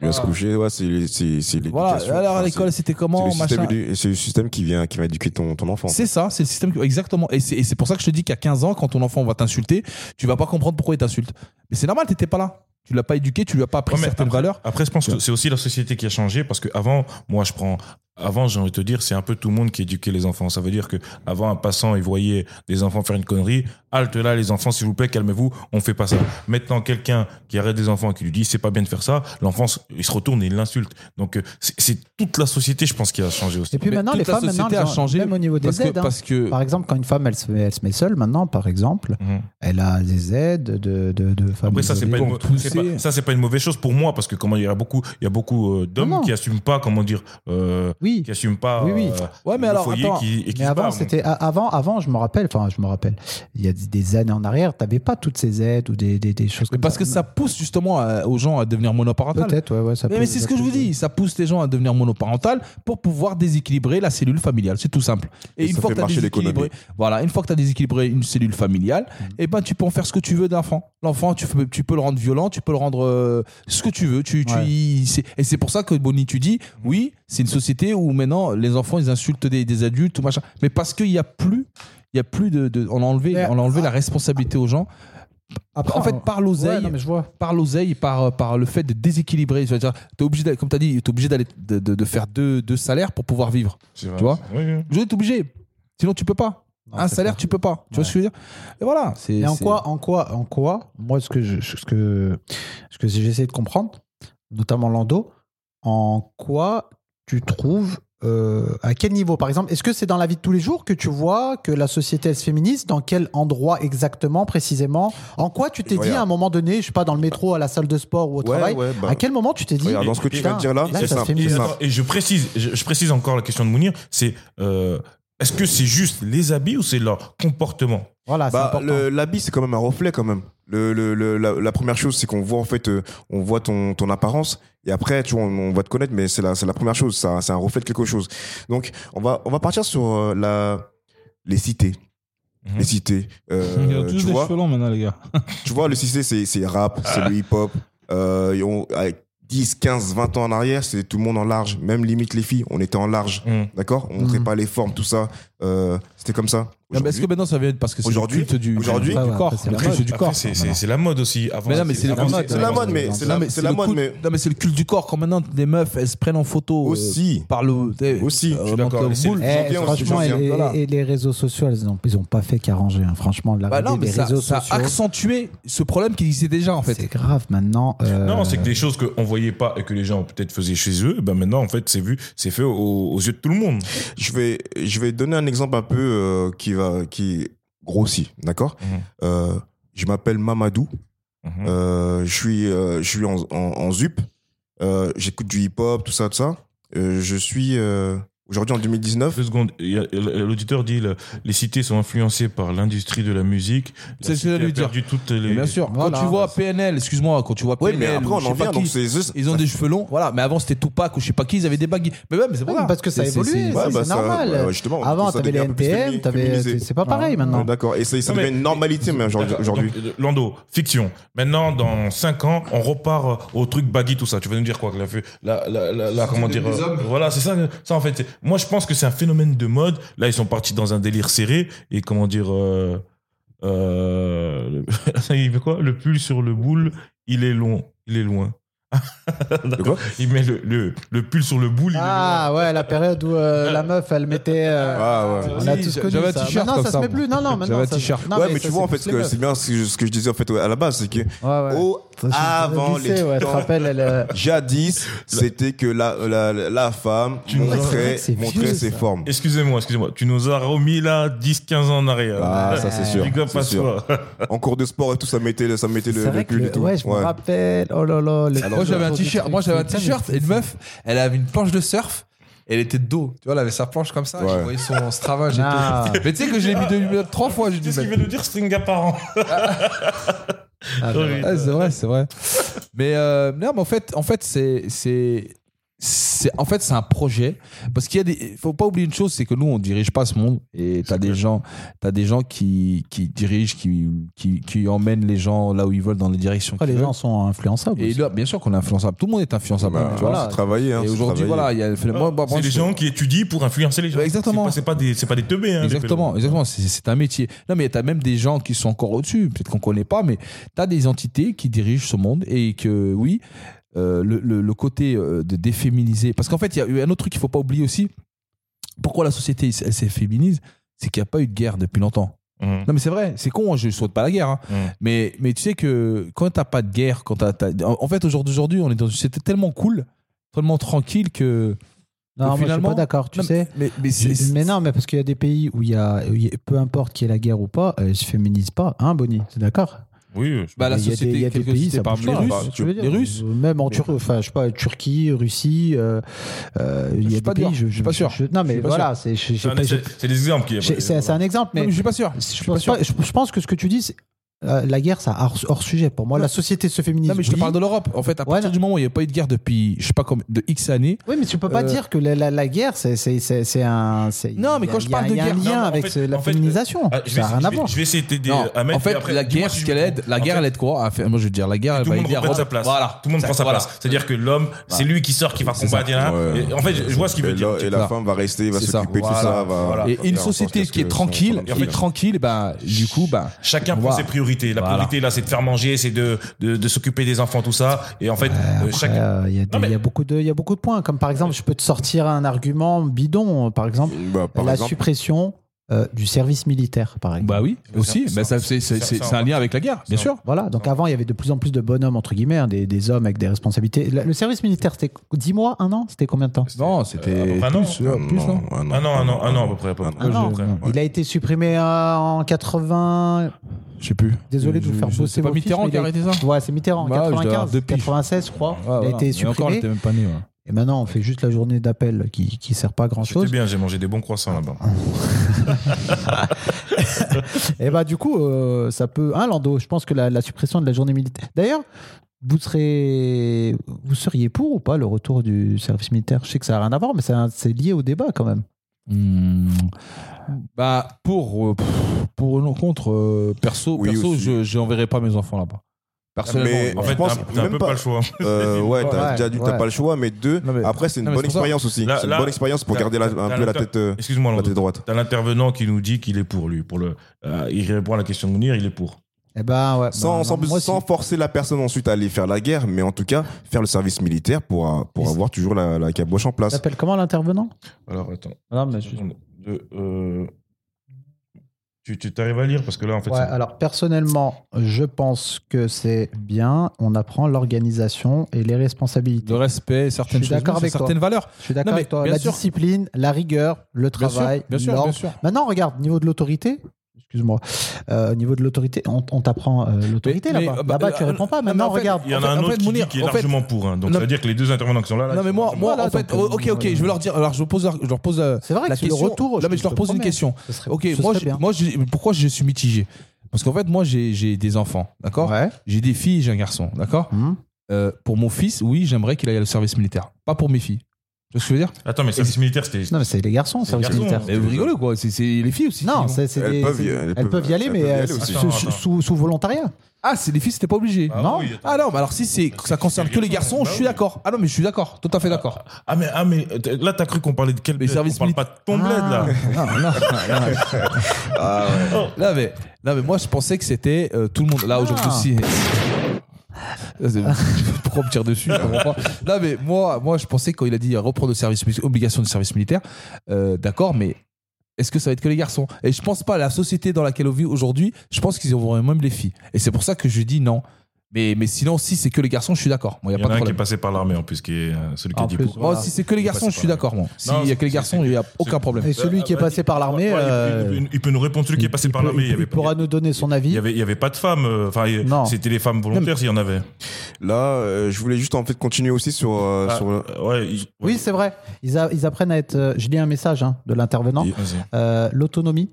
Il va se coucher, ouais, c'est c'est- c'est l'éducation.
Voilà, alors à
Enfin,
l'école c'était
c'est-
comment
c'est le système
machin
édu- C'est le système qui vient, qui va éduquer ton, ton enfant.
C'est ça, c'est le système. qui- Exactement. Et c'est et c'est pour ça que je te dis qu'à 15 ans, quand ton enfant va t'insulter, tu vas pas comprendre pourquoi il t'insulte. Mais c'est normal, t'étais pas là. Tu l'as pas éduqué, tu lui as pas appris
Ouais, mais
certaines valeurs.
Après, je pense que c'est aussi la société qui a changé parce que avant, moi, je prends. Avant, j'ai envie de te dire, c'est un peu tout le monde qui éduquait les enfants. Ça veut dire que avant, un passant, il voyait des enfants faire une connerie. Halte là, les enfants, s'il vous plaît, calmez-vous, on fait pas ça. Maintenant, quelqu'un qui arrête des enfants et qui lui dit c'est pas bien de faire ça, l'enfant, il se retourne et il l'insulte. Donc, euh, c'est c'est toute la société, je pense, qui a changé aussi.
Et puis
Mais
maintenant,
toute la
les femmes, maintenant,
société
elles
a
ont-
changé
même au niveau des
Parce que,
aides. hein.
parce que
Par exemple, quand une femme, elle se, elle se met seule maintenant, par exemple,
Mhm.
elle a des aides de, de, de femmes.
Après ça c'est pas,
isolées.
une, mau-
pousser.
c'est pas- ça c'est pas une mauvaise chose pour moi parce que comment il y a beaucoup il y a beaucoup euh,
Non,
d'hommes
non.
qui assument pas comment dire euh,
Oui.
qui assument pas
Oui, oui.
euh,
Ouais, mais
le
alors,
foyer
attends.
qui, et qui
Mais
se
avant,
barre.
c'était a- avant, avant, je me rappelle, enfin, je me rappelle, il y a des- des années en arrière, t'avais pas toutes ces aides ou des, des, des choses
mais
comme
parce que ça pousse justement à- aux gens à devenir monoparentales.
Peut-être, ouais, ouais, ça
Mais,
peut-
mais c'est ce
ça
que je
peut-
vous dis, ça pousse les gens à devenir monoparentales pour pouvoir déséquilibrer la cellule familiale, c'est tout simple. Et,
Et
une
ça
fois
fait
que tu as
marcher
déséquilibré, voilà, une fois que tu déséquilibré une cellule familiale,
Mm.
et ben tu peux en faire ce que tu veux d'enfant. L'enfant, tu, peux- tu peux le rendre violent, tu peux le rendre euh, ce que tu veux. Tu, tu-
Ouais. Mm.
il- c'est- et c'est pour ça que Bonnie, tu dis, oui, c'est une société où maintenant les enfants ils insultent des, des adultes ou machin, mais parce qu'il n'y a plus, il y a plus de, de- on a enlevé,
Mais- ah,
on a enlevé la responsabilité aux gens.
Après,
En fait,
on-
par
Ouais,
l'oseille,
non, mais je vois.
par l'oseille, par, euh, par le fait de déséquilibrer. C'est-à-dire, t'es obligé, d'aller- comme tu as dit, tu es obligé d'aller, de, de- de faire deux, deux salaires pour pouvoir vivre.
C'est vrai.
tu vois
Oui, oui.
Je t'es obligé. Sinon, tu peux pas.
Non,
Un
c'est
salaire,
clair.
tu peux pas. Tu vois
Ouais.
ce que je veux dire Et voilà. C'est,
Mais en
c'est-
quoi, en quoi, en quoi, moi, ce que je- ce que, ce que j'ai essayé de comprendre, notamment Lando, en quoi tu trouves, euh, à quel niveau, par exemple, est-ce que c'est dans la vie de tous les jours que tu vois que la société elle se féminise, dans quel endroit exactement, précisément, en quoi tu t'es dit
Regarde.
à un moment donné, je sais pas, dans le métro, à la salle de sport ou au travail,
ouais, bah,
à quel moment tu t'es dit,
regarde, dans ce que tu
putain,
viens de dire là, c'est
ça se
simple.
Et,
féminise.
c'est
attends,
simple.
et je précise, je, je précise encore la question de Mounir, c'est euh, est-ce que c'est juste les habits ou c'est leur comportement
Ah,
voilà, c'est
Bah,
important.
le- l'habit, c'est quand même un reflet, quand même. Le, le- le- la, la première chose, c'est qu'on voit, en fait, euh, on voit ton, ton apparence. Et après, tu vois, on, on va te connaître, mais c'est la, c'est la première chose. ça- C'est un reflet de quelque chose. Donc, on va, on va partir sur euh, la, les cités.
Mhm.
Les cités. Euh, tu, vois,
longs maintenant, les gars.
tu vois, le cité, c'est c'est rap, c'est le hip-hop. Euh, et on- avec 10, 15, 20 ans en arrière, c'est tout le monde en large. Même limite les filles, on était en large.
Mhm.
D'accord On montrait
Mhm.
pas les formes, tout ça. Euh, C'était comme ça.
Ah, est-ce que maintenant ça vient être parce que c'est
Aujourd'hui-
le culte du,
aujourd'hui-
du
Ouais, ouais,
corps
après, c'est
Le
la
culte
mode.
du
Après,
corps.
c'est-
maintenant.
c'est c'est la mode aussi. Avant,
Mais non, mais c'est la
avant,
mode,
C'est la mode, mais c'est la,
Non, mais
c'est la
le
mode,
culte-
mais
Non, mais c'est le culte du corps. Quand maintenant les meufs, elles se prennent en photo euh,
aussi.
par le. euh, t'sais,
Aussi, je suis
montre
d'accord,
le
mais c'est-
boule.
Eh,
J'en viens aussi,
franchement,
j'en
et,
viens.
et-
Voilà.
et les réseaux sociaux, ils ont, ils ont pas fait qu'arranger. hein. Franchement,
Bah
l'arrivée
non, mais
des
ça,
réseaux
ça a
sociaux,
accentué ce problème qui existait déjà en fait.
c'est grave maintenant. euh,
Non, c'est que des choses qu'on voyait pas et que les gens peut-être faisaient chez eux, ben maintenant en fait c'est vu, c'est fait aux, aux yeux de tout le monde.
je vais je vais donner un exemple un peu euh, qui va qui grossit d'accord
Mhm.
Euh, je m'appelle Mamadou
Mm-hmm.
Euh, je suis euh, je suis en en, en zup Euh, j'écoute du hip hop tout ça tout ça Euh, je suis euh, Aujourd'hui, en 2019,
Deux secondes. Il y a- L'auditeur dit le- les cités sont influencées par l'industrie de la musique. La
C'est ce que
cité
j'allais
a
lui dire.
perdu toutes les.
Mais bien sûr,
Voilà.
quand tu vois PNL, excuse-moi, quand tu vois
oui,
PNL,
mais après,
ou
on
je sais
en
pas
vient.
qui,
Donc, c'est juste-
ils ont des cheveux longs, voilà, mais avant c'était Tupac ou je sais pas qui, ils avaient des baguilles. Mais même, c'est pour
Oui,
ça.
parce que ça a
C'est- c'est-
évolué,
c'est-
ça, c'est
bah, ça-
normal.
justement, on
Avant,
trouve ça
t'avais les
devient un peu plus
NTM,
fémini-
t'avais-
féminisé. Ah,
c'est c'est pas pareil
Ouais,
maintenant.
D'accord. Et ça, ça
Non, mais-
devient une normalité, même aujourd'hui-
D'accord.
aujourd'hui.
Donc, euh, Lando, fiction. Maintenant, dans 5 ans, on repart euh, au truc baggy, tout ça. Tu vas nous dire quoi que la, fu- la, la, la, la- comment
des-
dire
des
euh,
hommes.
Voilà, c'est ça. Ça en fait. c'est- Moi, je pense que c'est un phénomène de mode. Là, ils sont partis dans un délire serré et comment dire euh, euh, le- il fait quoi Le pull sur le boule, il est long, il est loin. D'accord. Il met le, le, le pull sur le boule. il est
Ah ouais, la période où euh, la meuf, elle mettait. euh,
Ah, ouais.
On a
Oui,
tous
j'a-
connu
j'avais un
ça.
t-shirt
Maintenant,
comme
ça
ça,
se met
moi.
plus. Non, non, maintenant.
J'avais un
ça-
t-shirt.
non,
ouais, mais tu
ça,
vois, en
c'est
fait,
plus les
que
meufs.
c'est bien ce que, je- ce que je disais en fait ouais, à la base, c'est que
Ouais, ouais.
au-
Ça, je-
avant
au
les
lycée, ouais, tu te
temps,
rappelles, elle. euh,
jadis, c'était que la, la, la femme
Tu nous as- C'est
vrai
montrait,
que c'est
montrait
vieux,
ses
ça.
formes.
Excusez-moi, excusez-moi. Tu nous as remis là 10-15 ans en arrière.
Ah, ça, c'est sûr,
Big up
c'est
à
sûr.
toi.
En cours de sport et tout, ça mettait, ça mettait le,
C'est
le
vrai que
pull
le-
et tout.
ouais, je me
Ouais.
rappelle. Oh là là. le-
Alors,
Moi Ah j'avais un
le-
t-shirt, moi j'avais un
Putain,
t-shirt
mais
et une meuf, elle avait une planche de surf. Elle était de dos, tu vois, elle avait sa planche comme ça,
Ouais.
j'ai voyé son Strava, j'étais.
Ah.
Mais tu sais que je l'ai mis deux minutes, trois fois, j'ai dit.
Tu sais ce qu'il
mais-
veut nous dire, string apparent
Ah, ouais.
Ah, c'est vrai, c'est vrai. Mais euh, non, mais en fait, en fait, c'est c'est c'est en fait c'est un projet parce qu'il y a des faut pas oublier une chose c'est que nous on dirige pas ce monde et t'as des gens t'as des gens qui qui dirigent qui, qui qui emmènent les gens là où ils veulent dans les directions
Après,
qu'ils
Ah, les gens
veulent.
sont influençables.
et
aussi.
là bien sûr qu'on est influençable tout le monde est influençable
Bah,
tu vois.
c'est travaillé. hein,
et
c'est
aujourd'hui
travaillé.
voilà il y a le phénomène- moi, moi,
C'est
je-
des gens qui étudient pour influencer les gens.
Ouais, exactement.
C'est pas, c'est pas des, c'est pas des teubés. Hein, les
Exactement,
pélos.
exactement. C'est- C'est un métier. Non, mais t'as même des gens qui sont encore au-dessus. Peut-être qu'on connaît pas, mais t'as des entités qui dirigent ce monde et que oui, euh, le, le- le côté euh, de déféminiser. Parce qu'en fait, il y a eu un autre truc qu'il faut pas oublier aussi. Pourquoi la société elle s'efféminise, c'est qu'il n'y a pas eu de guerre depuis longtemps.
Mhm.
Non, mais c'est vrai, c'est con, hein, je souhaite pas la guerre. hein.
Mm.
Mais, mais tu sais que quand t'as pas de guerre, quand t'as. t'as- En en fait, aujourd'hui, aujourd'hui, on est dans une société tellement cool, tellement tranquille que.
Non, moi, je suis
finalement-
pas d'accord, tu
Non,
sais.
Mais, mais c'est.
Mais non, mais parce qu'il y a des pays où il y a, où il y a- peu importe qu'il y ait la guerre ou pas, euh, ils se féminisent pas, hein, Bonnie C'est d'accord
Oui, je-
Bah, la
Il y a des-
société,
il y a des
quelques
pays,
sociétés
ça
parmi
bouge
les
pas. hein,
Russes.
Bah,
Tu veux dire,
les Russes
Même en Turquie, enfin, je sais pas, Turquie, Russie, euh, euh, il y
suis
a
pas
des pays.
sûr, je suis pas sûr.
je- non, mais
suis pas
voilà, c'est je- je-
c'est un-
je-
c'est- c'est des exemples qui.
je- c'est- c'est un exemple,
Non,
mais
mais je suis pas sûr.
je
pas
pense
sûr.
pas- je- je pense que ce que tu dis, c'est, euh, la guerre, ça hors, hors sujet pour moi. La société se féminise.
Non, mais je te
oui.
parle de l'Europe. En fait, à
Ouais,
partir
non.
du moment où il n'y a pas eu de guerre depuis, je sais pas combien, de X années.
Oui, mais tu peux pas
Euh,
dire que la, la- la guerre, c'est c'est- c'est- c'est un. c'est-
Non, mais
il y a-
quand je
il y a-
parle de
il y a un
guerre-
lien
Non, mais en
avec
fait-
euh, la
en fait,
féminisation.
Ah, je vais
ça n'a
essayer-
rien à
je vais-
voir.
Je vais essayer de t'aider
non,
à mettre.
en fait,
et après,
la
dis-moi
guerre,
si
ce
je
qu'elle
me
aide,
trompe.
la
En
guerre,
fait,
elle aide quoi à faire- Moi, je veux dire, la guerre, elle
Tout
va
le monde
aider à
reprend sa
reprendre-
place.
Voilà.
Tout le monde prend sa
Voilà.
place. C'est-à-dire que l'homme, c'est lui qui sort, qui va
C'est ça.
combattre. il y en a un.
Ouais.
Et En fait, je je vois ce qu'il veut
Et,
dire.
la, et la
Voilà.
femme va rester, va
C'est ça.
s'occuper de tout
Voilà.
ça. Va,
Voilà.
Et une société qui est tranquille,
Et
en
qui
fait-
est tranquille, ben, du coup, ben,
Chacun
on
prend
va-
ses priorités. La
Voilà.
priorité, là, c'est de faire manger, c'est de, de, de s'occuper des enfants, tout ça. Et en fait, euh,
Après,
chacun.
euh, Il y, a des-
mais-
il y a beaucoup de, il y a beaucoup de points. Comme par exemple, je peux te sortir un argument bidon. Par exemple,
Bah, par
la
exemple,
suppression euh, du service militaire, par exemple.
Bah oui,
Ça,
aussi.
ça,
Ben, ça, c'est-
ça,
c'est
ça,
c'est- c'est
on
un
va-
lien avec la guerre, bien
ça,
sûr.
Voilà, donc avant il y avait de plus en plus de bonhommes, entre guillemets, hein, des, des hommes avec des responsabilités. Le, le service militaire, c'était 10 mois, un an C'était combien de temps
Non, c'était
Euh,
plus,
un an.
euh, plus, non
un
Un an, un
ah
an, un an à peu près. à peu près.
Un an.
À peu près.
Il a été supprimé euh, en 80.
Je sais plus.
Désolé de vous
Je-
faire
je-
bosser
C'est pas
vos fiches,
Mitterrand
mais
qui a
il a-
arrêté ça
Ouais, c'est Mitterrand, en
Bah, je dois avoir
95,
deux piges.
96, je crois.
Ouais,
il a
voilà.
été
Et encore,
supprimé.
elle était même pas née. ouais.
Et maintenant, on fait juste la journée d'appel qui, qui sert pas à grand
C'était
chose.
bien, j'ai mangé des bons croissants là-bas.
Et bah du coup, euh, ça peut. Hein, Lando, je pense que la, la suppression de la journée militaire. D'ailleurs, vous serez, vous seriez pour ou pas le retour du service militaire Je sais que ça n'a rien à voir, mais c'est un- c'est lié au débat quand même.
Hmm. Bah pour euh, pff, pour une rencontre euh, perso
Oui,
perso
aussi.
je j'enverrai pas mes enfants là-bas. Personnellement.
Mais-
En
Je
fait,
pense
t'as t'as un
même
peu
pas-
pas le choix.
Euh, ouais, t'as
Ouais,
déjà dit, t'as
ouais.
pas le choix, mais deux.
Non, mais-
Après, c'est une
non, mais
bonne
c'est pour ça.
expérience aussi.
Là-
C'est
là-
une bonne expérience pour
là-
garder la-
là-
un
là-
peu la
là-
tête, euh,
Excuse-moi,
la
Lando.
tête droite.
T'as l'intervenant qui nous dit qu'il est pour lui, pour le. euh, il répond à la question de Mounir, il est pour.
Eh ben ouais.
Sans,
Bah,
sans,
moi,
sans
si-
forcer la personne ensuite à aller faire la guerre, mais en tout cas, faire le service militaire pour, euh, pour
Ils-
avoir toujours la, la caboche en place.
T'appelles comment l'intervenant
Alors attends.
Non, mais je-
De, euh, tu tu t'arrives à lire parce que là en fait.
Ouais,
c'est-
alors personnellement, je pense que c'est bien. On apprend l'organisation et les responsabilités.
Le respect, certaines
Je suis
choses,
d'accord
non, c'est
avec toi.
certaines valeurs.
Je suis
Non,
d'accord
mais
avec toi.
bien
La
sûr.
discipline, la rigueur, le
Bien sûr,
travail,
bien sûr,
l'ordre.
bien sûr.
Maintenant, regarde, niveau de l'autorité, excuse-moi. Euh, au niveau de l'autorité, on, on t'apprend euh, l'autorité
Mais- mais,
là-bas.
euh, bah,
là-bas, tu
euh,
réponds pas.
non, mais
Maintenant,
en fait,
regarde.
Il y en
En
a
fait-
un
en
autre
fait,
qui, dit
Mounir,
qui est
en fait-
largement pour. hein. Donc
Non,
ça veut dire que les deux intervenants qui sont là. là
Non mais
ils
moi,
sont
moi
Voilà,
en fait,
donc, euh,
ok, ok, je vais leur dire, alors je leur pose, leur- je leur pose, euh,
C'est vrai
la
que sur
question.
le retour.
non mais je leur
te
pose une
promets,
question.
ce serait-
Ok,
ce
moi,
serait
je-
bien.
moi, je- pourquoi je suis mitigé Parce qu'en fait, moi, j'ai j'ai des enfants, d'accord
Ouais.
J'ai des filles, et j'ai un garçon, d'accord
Hmm.
Euh, Pour mon fils, oui, j'aimerais qu'il aille au service militaire, pas pour mes filles. Tu vois ce que je veux dire
là. Attends, mais le service militaire, c'était.
Non, mais c'est les garçons,
C'est
service
les garçons.
militaire.
Mais vous rigolez quoi C'est c'est les filles aussi
Non,
qui vont.
c'est c'est
Elles
des-
peuvent y-
c'est-
elles
elles peuvent y aller,
elles
mais
peuvent y
euh,
aller aussi.
sous-
Attends,
sous-
attends.
sous sous volontariat.
ah c'est les filles, c'était pas obligé.
Ah
Non.
oui, attends.
Ah non, mais alors si c'est
Bah,
ça
c'est-
concerne
c'est
que les
garçons,
garçons,
bah
je suis
oui.
d'accord. Ah non, mais je suis d'accord, tout à fait d'accord.
Ah mais, ah, mais euh, là, t'as cru qu'on parlait de quel
Mais
bled
service
On parle
mili-
pas de ton bled
Ah,
là.
Non, non, non, non.
Ah, ouais.
Là, mais, là, mais moi, je pensais que c'était euh, tout le monde. Là, aujourd'hui
Ah.
aussi. Là, c'est- Pourquoi me tirer dessus je comprends pas. Là, mais moi, moi, je pensais que quand il a dit euh, reprendre le service, mili- obligation de service militaire, euh, d'accord, mais est-ce que ça va être que les garçons Et je pense pas, la société dans laquelle on vit aujourd'hui, je pense qu'ils auront même les filles. Et c'est pour ça que je dis non. Mais, mais sinon, si c'est que les garçons, je suis d'accord. Moi, il
Il
n'y
y
a
en
pas
a un
de
qui est
problème.
passé par l'armée en plus, qui est euh, celui qui a
En
dit
plus,
pour.
Moi,
Voilà.
si c'est que les
Il est
garçons,
passé
je suis
par là.
d'accord. moi. S'il
Non,
y a que les
c'est-
garçons, il n'y a aucun problème.
Et celui qui est passé par l'armée.
Ouais, il peut-
euh,
il, peut, il peut nous répondre celui qui est passé
il
par
peut-
l'armée.
il
Il y avait,
pourra nous donner son
il y
avis.
avait, il y avait pas de femmes. euh, Enfin, il-
Non.
c'était les femmes volontaires s'il y en avait.
Là, euh, je voulais juste en fait continuer aussi sur. euh,
Ah,
sur euh,
euh, ouais, il-
Oui, c'est vrai. Ils, a- ils apprennent à être. euh, je lis un message hein, de l'intervenant.
ouais, vas-y.
Euh, L'autonomie.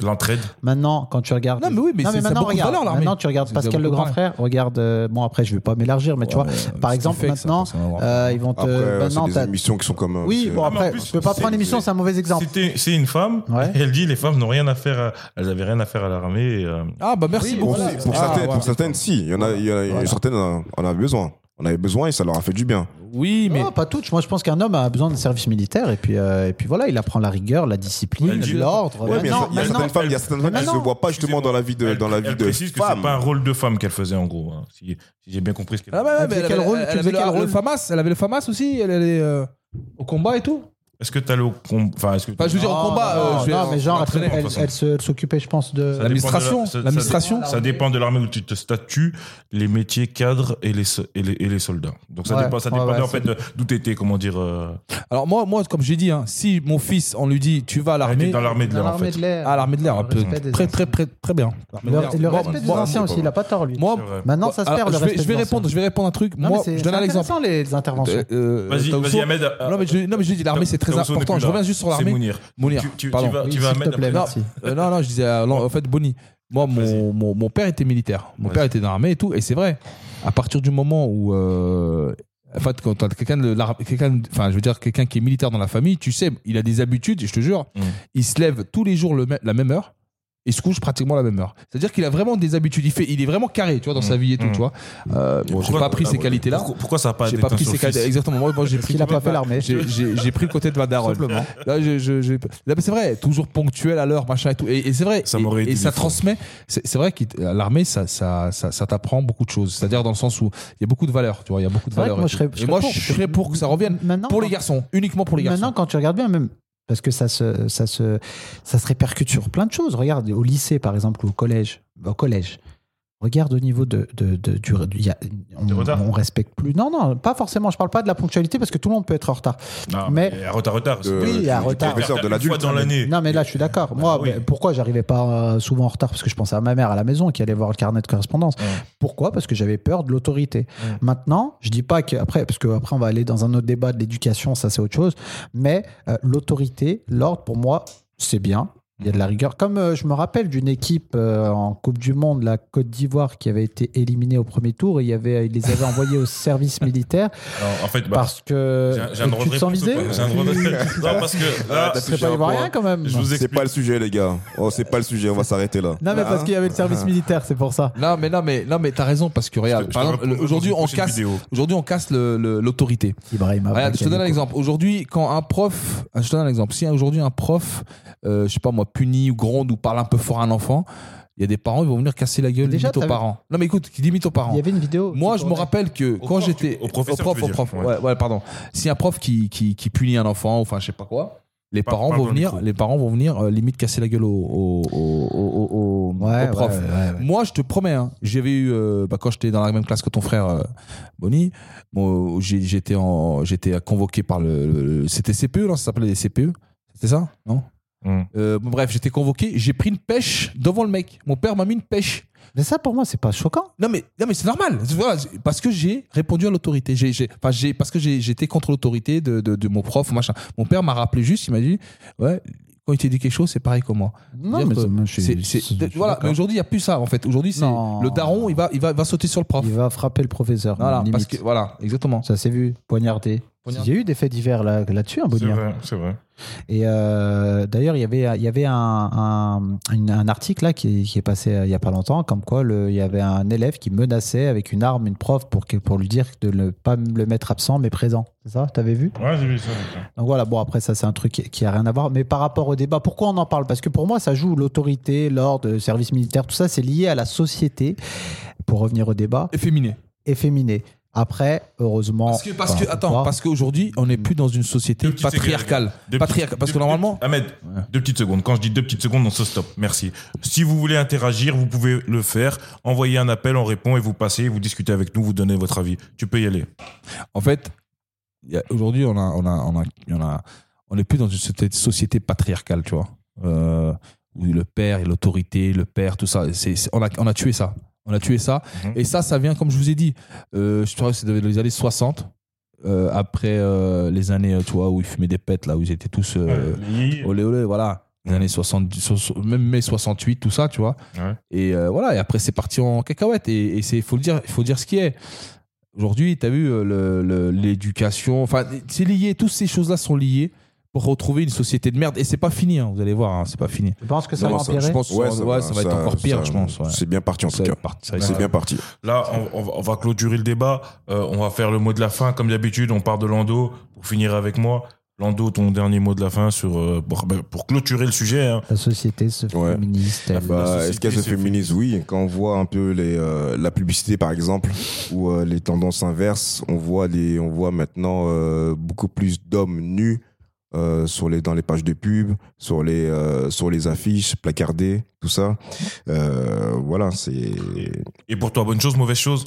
L'entraide.
Maintenant, quand tu regardes.
Non, mais oui, mais c'est- ça a
maintenant,
beaucoup de
regarde,
valeur, l'armée.
maintenant, tu regardes
C'est- ça a
Pascal le
beaucoup de
grand
valeur.
frère. Regarde. euh, bon, après, je vais pas m'élargir, mais tu vois. par exemple, maintenant, euh, ils vont te.
après, euh,
maintenant,
c'est des
t'as-
émissions qui sont comme. euh,
Oui,
c'est-
bon,
Ah, mais en
après,
plus,
je peux pas
c'est-
prendre l'émission, c'est un mauvais exemple.
C'était, c'est une femme.
Ouais.
Elle dit les femmes n'ont rien à faire. à- elles avaient rien à faire à l'armée. et, euh,
Ah, bah merci
Oui,
Pour,
beaucoup.
voilà.
pour
Ah,
certaines,
voilà.
pour certaines, si. Il y en a, il y en a- il y en a
Voilà.
certaines, euh, on en a besoin. On avait besoin et ça leur a fait du bien.
Oui, mais.
Non, pas toutes. Moi, je pense qu'un homme a besoin d'un service militaire et puis, euh, et puis voilà, il apprend la rigueur, la
Oui,
discipline,
je suis
l'ordre.
Ouais, mais il y a-
Maintenant-
il y a certaines
maintenant-
femmes, il y a certaines femmes qui
maintenant-
se voient pas justement dans la vie de,
elle-
dans la vie
elle
de
précise que c'est
femme.
pas un rôle de femme qu'elle faisait en gros. hein, si, si j'ai bien compris ce qu'elle.
Ah bah ouais,
Elle
mais
faisait
elle
quel
avait-
rôle
elle
Tu faisais
avait
quel
le-
rôle
le FAMAS, elle avait le FAMAS aussi, elle allait euh, au combat et tout.
Est-ce que t'as le com- enfin, est-ce que
Enfin, je veux dire, au
Non,
combat,
non,
euh, je vais-
non, mais genre,
entraînement,
elle,
de toute
elle se- elle s'occupait, je pense, de.
Ça dépend de la-
L'administration,
ça- ça-
l'administration.
Ça dépend de l'armée où tu te statues, les métiers cadres et les, so- et les, et les soldats. Donc ça
Ouais,
dépend, ça
ouais,
dépend
ouais,
en
c'est-
fait de- d'où t'étais, comment dire. Euh,
Alors moi, moi comme j'ai dit, hein, si mon fils, on lui dit, tu vas à
t'étais
l'armée,
dans l'armée de
Dans
l'air en
l'armée
fait.
de l'air.
à l'armée de l'air,
Le
un peu.
respect des
très, très,
anciens.
très très bien.
Le,
Ah, L'armée de
le
l'air.
respect des
Moi-
anciens aussi, il a pas tort, lui.
Moi,
C'est vrai.
Maintenant,
moi,
ça se perd,
alors,
le
je vais,
respect
je vais
des
répondre,
anciens.
je vais répondre un truc.
Non, mais
moi,
c'est-
je
c'est
donne un exemple.
intéressant, les interventions.
Euh, euh,
Vas-y,
Taousso-
vas-y Ahmed. euh,
Non mais je, non mais je dis l'armée c'est très
Taousso n'est
important.
plus
Je
là.
reviens juste sur
C'est
l'armée.
Mounir.
Mounir,
Tu, tu,
pardon.
tu vas,
Oui,
tu vas
s'il te
Ahmed
plaît,
après.
merci.
Euh, non, non, je disais, euh, non, en fait, Bonnie, moi, mon,
Vas-y.
mon, mon père était militaire. Mon
Vas-y.
père était dans l'armée et tout. Et c'est vrai, à partir du moment où. euh, en fait, quand t'as quelqu'un de l'armée- quelqu'un, enfin, je veux dire, quelqu'un qui est militaire dans la famille, tu sais, il a des habitudes, je te jure.
Mm.
Il se lève tous les jours le mê- la même heure et se couche pratiquement la même heure. C'est-à-dire qu'il a vraiment des habitudes. Il, fait, il est vraiment carré, tu vois, dans
Mm.
sa vie et tout,
Mm.
tu vois. Euh, bon, j'ai
Pourquoi-
pas pris ces
pourquoi-
qualités-là.
ah, Pourquoi, pourquoi ça n'a pas
J'ai
été
pas pris
un
ses cadets.
surfiste
Exactement. Moi, moi j'ai pris.
qu'il
le
a pas
côté
fait
de-
l'armée.
J'ai- J'ai j'ai pris le côté de ma daronne. Là, je- je- j'ai- Là, mais c'est vrai. Toujours ponctuel à l'heure, machin et tout. Et, et c'est vrai.
Ça
et,
m'aurait
et
été
ça
différent.
transmet. C'est c'est vrai que l'armée, ça, ça, ça, ça t'apprend beaucoup de choses. C'est-à-dire dans le sens où il y a beaucoup de valeurs. Tu vois, il y a beaucoup de
C'est vrai
valeurs.
que moi,
et
je
tout.
serais-
Et
je serais
moi,
pour
je
que-
serais pour que ça revienne.
Maintenant,
Pour les
quand-
garçons, uniquement pour les garçons.
Maintenant, quand tu regardes bien, même parce que ça se, ça se, ça se répercute sur plein de choses. Regarde au lycée, par exemple, ou au collège. Au collège. Regarde au niveau de, de, de- du, il y a- on,
Du retard.
on respecte plus. Non, non, pas forcément. Je parle pas de la ponctualité parce que tout le monde peut être en retard.
Non,
Mais-
mais à retard, retard.
Euh,
De-
Oui,
du-
à
du
retard.
professeur de
Une fois
l'adulte.
dans l'année.
Non, mais là, je suis d'accord. Moi,
Bah oui.
mais pourquoi j'arrivais pas euh, souvent en retard Parce que je pensais à ma mère à la maison qui allait voir le carnet de correspondance.
Ouais.
Pourquoi Parce que j'avais peur de l'autorité.
Ouais.
Maintenant, je dis pas que après, parce que après on va aller dans un autre débat de l'éducation, ça c'est autre chose. Mais euh, l'autorité, l'ordre, pour moi, c'est bien. Il y a de la rigueur. Comme euh, je me rappelle d'une équipe euh, en Coupe du Monde, la Côte d'Ivoire, qui avait été éliminée au premier tour, et il y avait, euh, ils les avaient envoyés au service militaire
Alors, en fait, bah,
parce que
j'ai un- j'ai un
Et
droit
tu
de
te sens
réponse.
visé.
ou pas J'ai un droit de Non, parce que
Ah,
là,
t'as
C'est pas
un
ivoirien
point.
quand même.
je vous
C'est
explique.
pas le sujet, les gars. Oh, c'est pas le sujet. On va s'arrêter là.
Non, mais parce
Hein
qu'il y avait le service militaire, c'est pour ça.
Non mais non mais non mais t'as raison parce que regarde
Je te-
par
je te
exemple,
réponds dans
aujourd'hui
une
on
prochaine
casse
vidéo.
aujourd'hui on casse le- le- l'autorité
Ibrahim
Regarde, je te donne un exemple. Aujourd'hui, quand un prof, euh, je te donne un exemple. Si aujourd'hui un prof, euh, je sais pas moi, punit ou gronde ou parle un peu fort à un enfant, il y a des parents, ils vont venir casser la gueule
Déjà,
limite aux
t'avais-
parents. Non mais écoute, qui limite aux parents.
Il y avait une vidéo.
Moi,
qui
je me
tournait.
rappelle que quand
prof,
j'étais
tu- au professeur,
prof,
tu
au
veux
prof,
dire,
ouais.
ouais.
ouais, pardon. Si un prof qui, qui, qui punit un enfant, enfin je sais pas quoi, les
Parle-
parents
parle
vont
dans le
venir,
micro.
les parents vont venir euh, limite casser la gueule au, au, au, au- au- au-
Ouais,
au prof.
ouais, ouais, ouais.
Moi, je te promets, hein, j'avais eu, euh, bah, quand j'étais dans la même classe que ton frère euh, Bonnie, bon, euh, j'ai- E, j'étais en- j'étais convoqué par le, le- le- C'était CPE, non Ça s'appelait les CPE C'était ça Non
Hum,
Mm.
Euh, bon, bref, j'étais convoqué, j'ai pris une pêche devant le mec. Mon père m'a mis une pêche.
Mais ça, pour moi, c'est pas choquant.
Non mais, non mais c'est normal, Voilà, c'est- parce que j'ai répondu à l'autorité, J'ai- j'ai- enfin, j'ai- parce que j'ai- j'étais contre l'autorité de, de, de mon prof, machin. Mon père m'a rappelé juste, il m'a dit, ouais, quand il t'a dit quelque chose, c'est pareil comme moi.
Non,
C'est-à-dire
mais
que
ça, moi, je suis-
C'est- c'est-
je suis
voilà,
d'accord.
mais aujourd'hui, il n'y a plus ça en fait. Aujourd'hui, c'est
Non.
le daron, il va, il, va, il va sauter sur le prof.
Il va frapper le professeur.
Voilà,
limite.
parce que, voilà, exactement.
Ça s'est vu, poignardé.
Poignardé.
Il y a eu des faits divers là- là-dessus, un
C'est
bonheur.
vrai, c'est vrai.
Et euh, d'ailleurs, il y avait, il y avait un, un, une- un article là qui, qui est passé euh, il y a pas longtemps, comme quoi le, il y avait un élève qui menaçait avec une arme une prof pour, que- pour lui dire de ne pas le mettre absent mais présent. C'est ça T'avais vu
Ouais, j'ai vu ça. j'ai vu ça.
Donc voilà, bon après ça c'est un truc qui- qui a rien à voir. Mais par rapport au débat, pourquoi on en parle Parce que pour moi ça joue l'autorité, l'ordre, le service militaire, tout ça c'est lié à la société. Pour revenir au débat,
Efféminé.
efféminé. Après, heureusement.
Parce que, parce
enfin,
que attends,
pourquoi
parce qu'aujourd'hui, on n'est plus dans une société
Deux petites
patriarcale.
Deux
Patriarcale,
petites-
parce que
deux-
normalement,
deux- Ahmed,
Ouais.
deux petites secondes. Quand je dis deux petites secondes, on se stop. Merci. Si vous voulez interagir, vous pouvez le faire. Envoyez un appel, on répond et vous passez, vous discutez avec nous, vous donnez votre avis. Tu peux y aller.
En fait, il y a- aujourd'hui, on a, on a, on a, on a- on n'est plus dans une société- société patriarcale, tu vois, euh, où le père et l'autorité, le père, tout ça. c'est- c'est- on a, on a tué ça. On a tué ça.
Mhm.
Et ça, ça vient, comme je vous ai dit, euh, je crois que c'est dans les années 60. euh, après euh, les années, euh, tu vois, où ils fumaient des pètes, là, où ils étaient tous euh, olé olé, voilà. Les années 70, so- so- même mai 68, tout ça, tu vois.
Ouais.
Et euh, voilà, et après, c'est parti en cacahuète. Et, et c'est, faut le dire, il faut dire ce qui est. Aujourd'hui, tu as vu euh, le- le- l'éducation, enfin, c'est lié, toutes ces choses-là sont liées pour retrouver une société de merde. Et c'est pas fini, hein, vous allez voir, hein, c'est pas fini.
Je pense que ça
Non,
va
ça,
empirer.
Je pense que
Ouais,
ça, va- ouais, ça va être encore pire,
ça-
je pense. ouais.
C'est bien parti en
Ça
tout
va
cas.
être parti- ça va être-
C'est bien parti.
Là, on, on va, on va clôturer le débat. Euh, on va faire le mot de la fin. Comme d'habitude, on part de Lando pour finir avec moi. Lando, ton dernier mot de la fin sur, euh, pour, ben, pour clôturer le sujet. hein.
La société se
Ouais.
féministe. elle-
Bah,
société
Est-ce qu'elle
se
se féminise Oui. Quand on voit un peu les, euh, la publicité, par exemple, ou euh, les tendances inverses, on voit, des, on voit maintenant euh, beaucoup plus d'hommes nus euh, sur les, dans les pages de pub, sur les, euh, sur les affiches, placardés, tout ça. Euh, voilà, c'est.
Et pour toi, bonne chose, mauvaise chose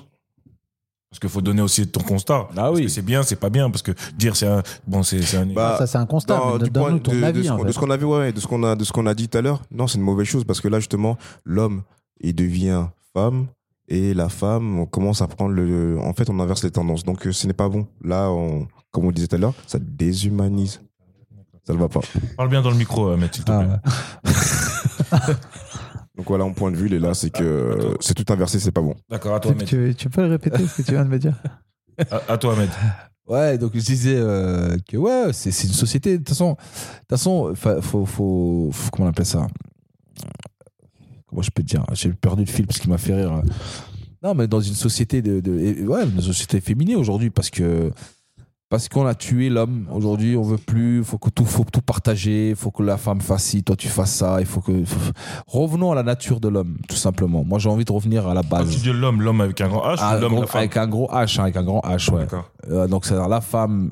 Parce qu'il faut donner aussi ton constat.
Ah
Parce
oui.
que c'est bien, c'est pas bien. Parce que dire c'est un. Bon, c'est c'est un.
Bah,
ça c'est un constat.
Non,
mais
du point
Donne-nous ton
de, de
avis.
ce
en
qu'on- de
fait.
ce qu'on avait, ouais, de ce qu'on a, de ce qu'on a dit tout à l'heure. Non, c'est une mauvaise chose parce que là justement, l'homme il devient femme et la femme, on commence à prendre le. En fait, on inverse les tendances. Donc, euh, ce n'est pas bon. Là, on, comme on disait tout à l'heure, ça déshumanise. Ça ne va pas.
Parle bien dans le micro, Ahmed, s'il te
Ah,
plaît.
ouais.
Donc voilà, mon point de vue, il est là, c'est que euh, c'est tout inversé, c'est pas bon.
D'accord, à toi, Ahmed.
tu, tu peux le répéter ce que tu viens de me dire
À, à toi, Ahmed.
Ouais, donc je disais euh, que ouais, c'est c'est une société. De toute façon, de toute façon, fa- faut, faut, faut- comment on appelle ça Comment je peux te dire J'ai perdu le fil parce qu'il m'a fait rire. Non, mais dans une société de, de- et- ouais, une société féminine aujourd'hui, parce que parce qu'on a tué l'homme aujourd'hui, on veut plus. Faut que tout, faut tout partager. Faut que la femme fasse ci, toi tu fasses ça. Il faut que faut- revenons à la nature de l'homme, tout simplement. Moi, j'ai envie de revenir à la
Quand Ah, tu
base.
dis l'homme, l'homme avec un grand H,
Ah,
ou l'homme,
gros-
la femme.
avec un gros H, hein, avec un grand H, ouais.
D'accord.
Euh, donc c'est-à-dire la femme,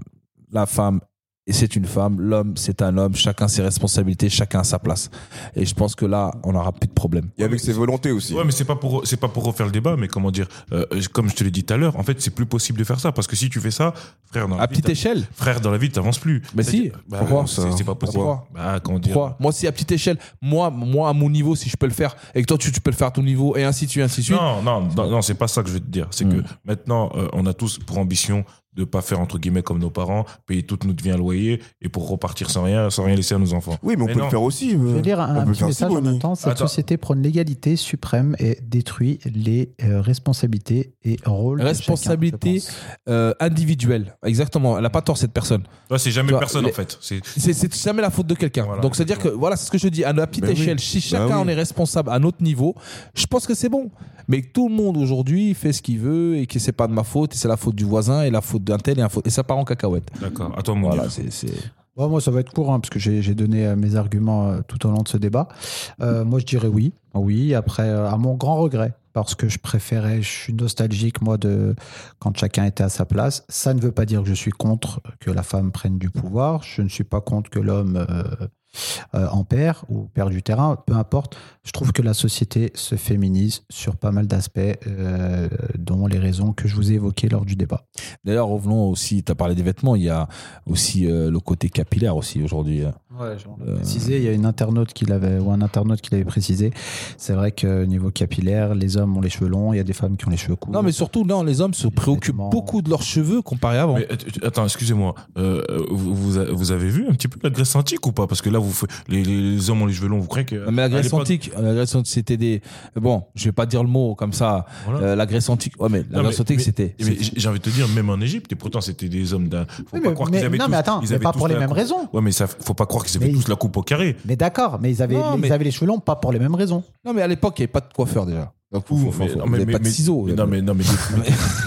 la femme, et c'est une femme, l'homme, c'est un homme, chacun ses responsabilités, chacun à sa place. Et je pense que là, on n'aura plus de problème.
Et avec ses volontés aussi.
Ouais, mais c'est pas pour c'est pas pour refaire le débat, mais comment dire euh, Comme je te l'ai dit tout à l'heure, en fait, c'est plus possible de faire ça parce que si tu fais ça, frère, dans la
À
vie,
petite échelle
t'as- frère, dans la vie, t'avances plus.
Mais si,
C'est-à-dire- bah,
pourquoi
c'est, c'est pas possible.
Pourquoi
bah, comment dire
Pourquoi Moi, si à petite échelle, moi, moi, à mon niveau, si je peux le faire, et que toi, tu, tu peux le faire à ton niveau, et ainsi de suite, ainsi de suite.
Non, non, non, non, c'est pas ça que je veux te dire. C'est
Mm.
que maintenant, euh, on a tous pour ambition de pas faire entre guillemets comme nos parents, payer toute notre vie un loyer et pour repartir sans rien, sans rien laisser à nos enfants.
Oui, mais on
Mais
peut
non.
le faire aussi.
Je veux dire un, un petit message en même temps. Cette
Attends.
société prône l'égalité suprême et détruit les euh, responsabilités et rôles. de
Responsabilité.
chacun, je pense.
Euh, individuel, exactement. Elle n'a pas tort cette personne.
Toi, c'est jamais
Toi,
personne
les-
en fait. C'est
C'est- C'est jamais la faute de quelqu'un.
Voilà,
Donc c'est à dire que voilà, c'est ce que je dis à la petite
Ben oui.
échelle.
Bah
Si chacun
oui.
en est responsable à notre niveau, je pense que c'est bon. Mais que tout le monde aujourd'hui fait ce qu'il veut et que c'est pas de ma faute et c'est la faute du voisin et la faute d'un tel et, la faute, et ça part en cacahuète.
d'accord. À toi, mon
Voilà,
gars.
c'est c'est-
Ouais, moi, ça va être court hein, parce que j'ai j'ai donné euh, mes arguments euh, tout au long de ce débat. Euh, moi, je dirais oui. Oui, après, euh, à mon grand regret, parce que je préférais, je suis nostalgique, moi, de quand chacun était à sa place. Ça ne veut pas dire que je suis contre que la femme prenne du pouvoir. Je ne suis pas contre que l'homme euh, euh, en perd ou perd du terrain, peu importe. Je trouve que la société se féminise sur pas mal d'aspects, euh, dont les raisons que je vous ai évoquées lors du débat.
D'ailleurs, revenons aussi. Tu as parlé des vêtements. Il y a aussi euh, le côté capillaire aussi aujourd'hui.
Ouais, je l'ai
Euh,
précisé, il y a une internaute qui l'avait, ou un internaute qui l'avait précisé. C'est vrai que niveau capillaire, les hommes ont les cheveux longs, il y a des femmes qui ont les cheveux courts.
Non, mais surtout, non, les hommes se préoccupent
vêtements.
beaucoup de leurs cheveux comparé à avant.
Mais, euh, att- att- attends, excusez-moi. euh, vous, vous a- vous avez vu un petit peu la Grèce antique ou pas Parce que là, vous, fa- les, les hommes ont les cheveux longs, vous croyez que.
Non, mais la
à
Grèce
l'époque-
antique, euh, la Grèce antique, c'était des. Bon, je vais pas dire le mot comme ça.
Voilà.
Euh, la Grèce antique. Ouais, mais la
Hein Non,
Grèce
mais-
antique,
mais-
c'était.
mais j'ai j'ai envie de te dire, même en Égypte, et pourtant, c'était des hommes d'un. Faut
Oui,
pas
mais-
croire
mais-
qu'ils avaient
non,
tous-
mais attends,
ils
mais
avaient
pas
tous
pour les
la
mêmes
coupe.
raisons.
Ouais, mais ça, faut pas croire qu'ils avaient
Mais-
tous la coupe au carré.
Mais d'accord, mais ils avaient,
Non,
ils
mais-
avaient les cheveux longs, pas pour les mêmes raisons.
Non, mais à l'époque, il n'y avait pas de coiffeur déjà. Donc, vous
Mais- non, mais-
n'avez pas de
mais-
ciseaux. euh,
mais Non, mais, non, mais,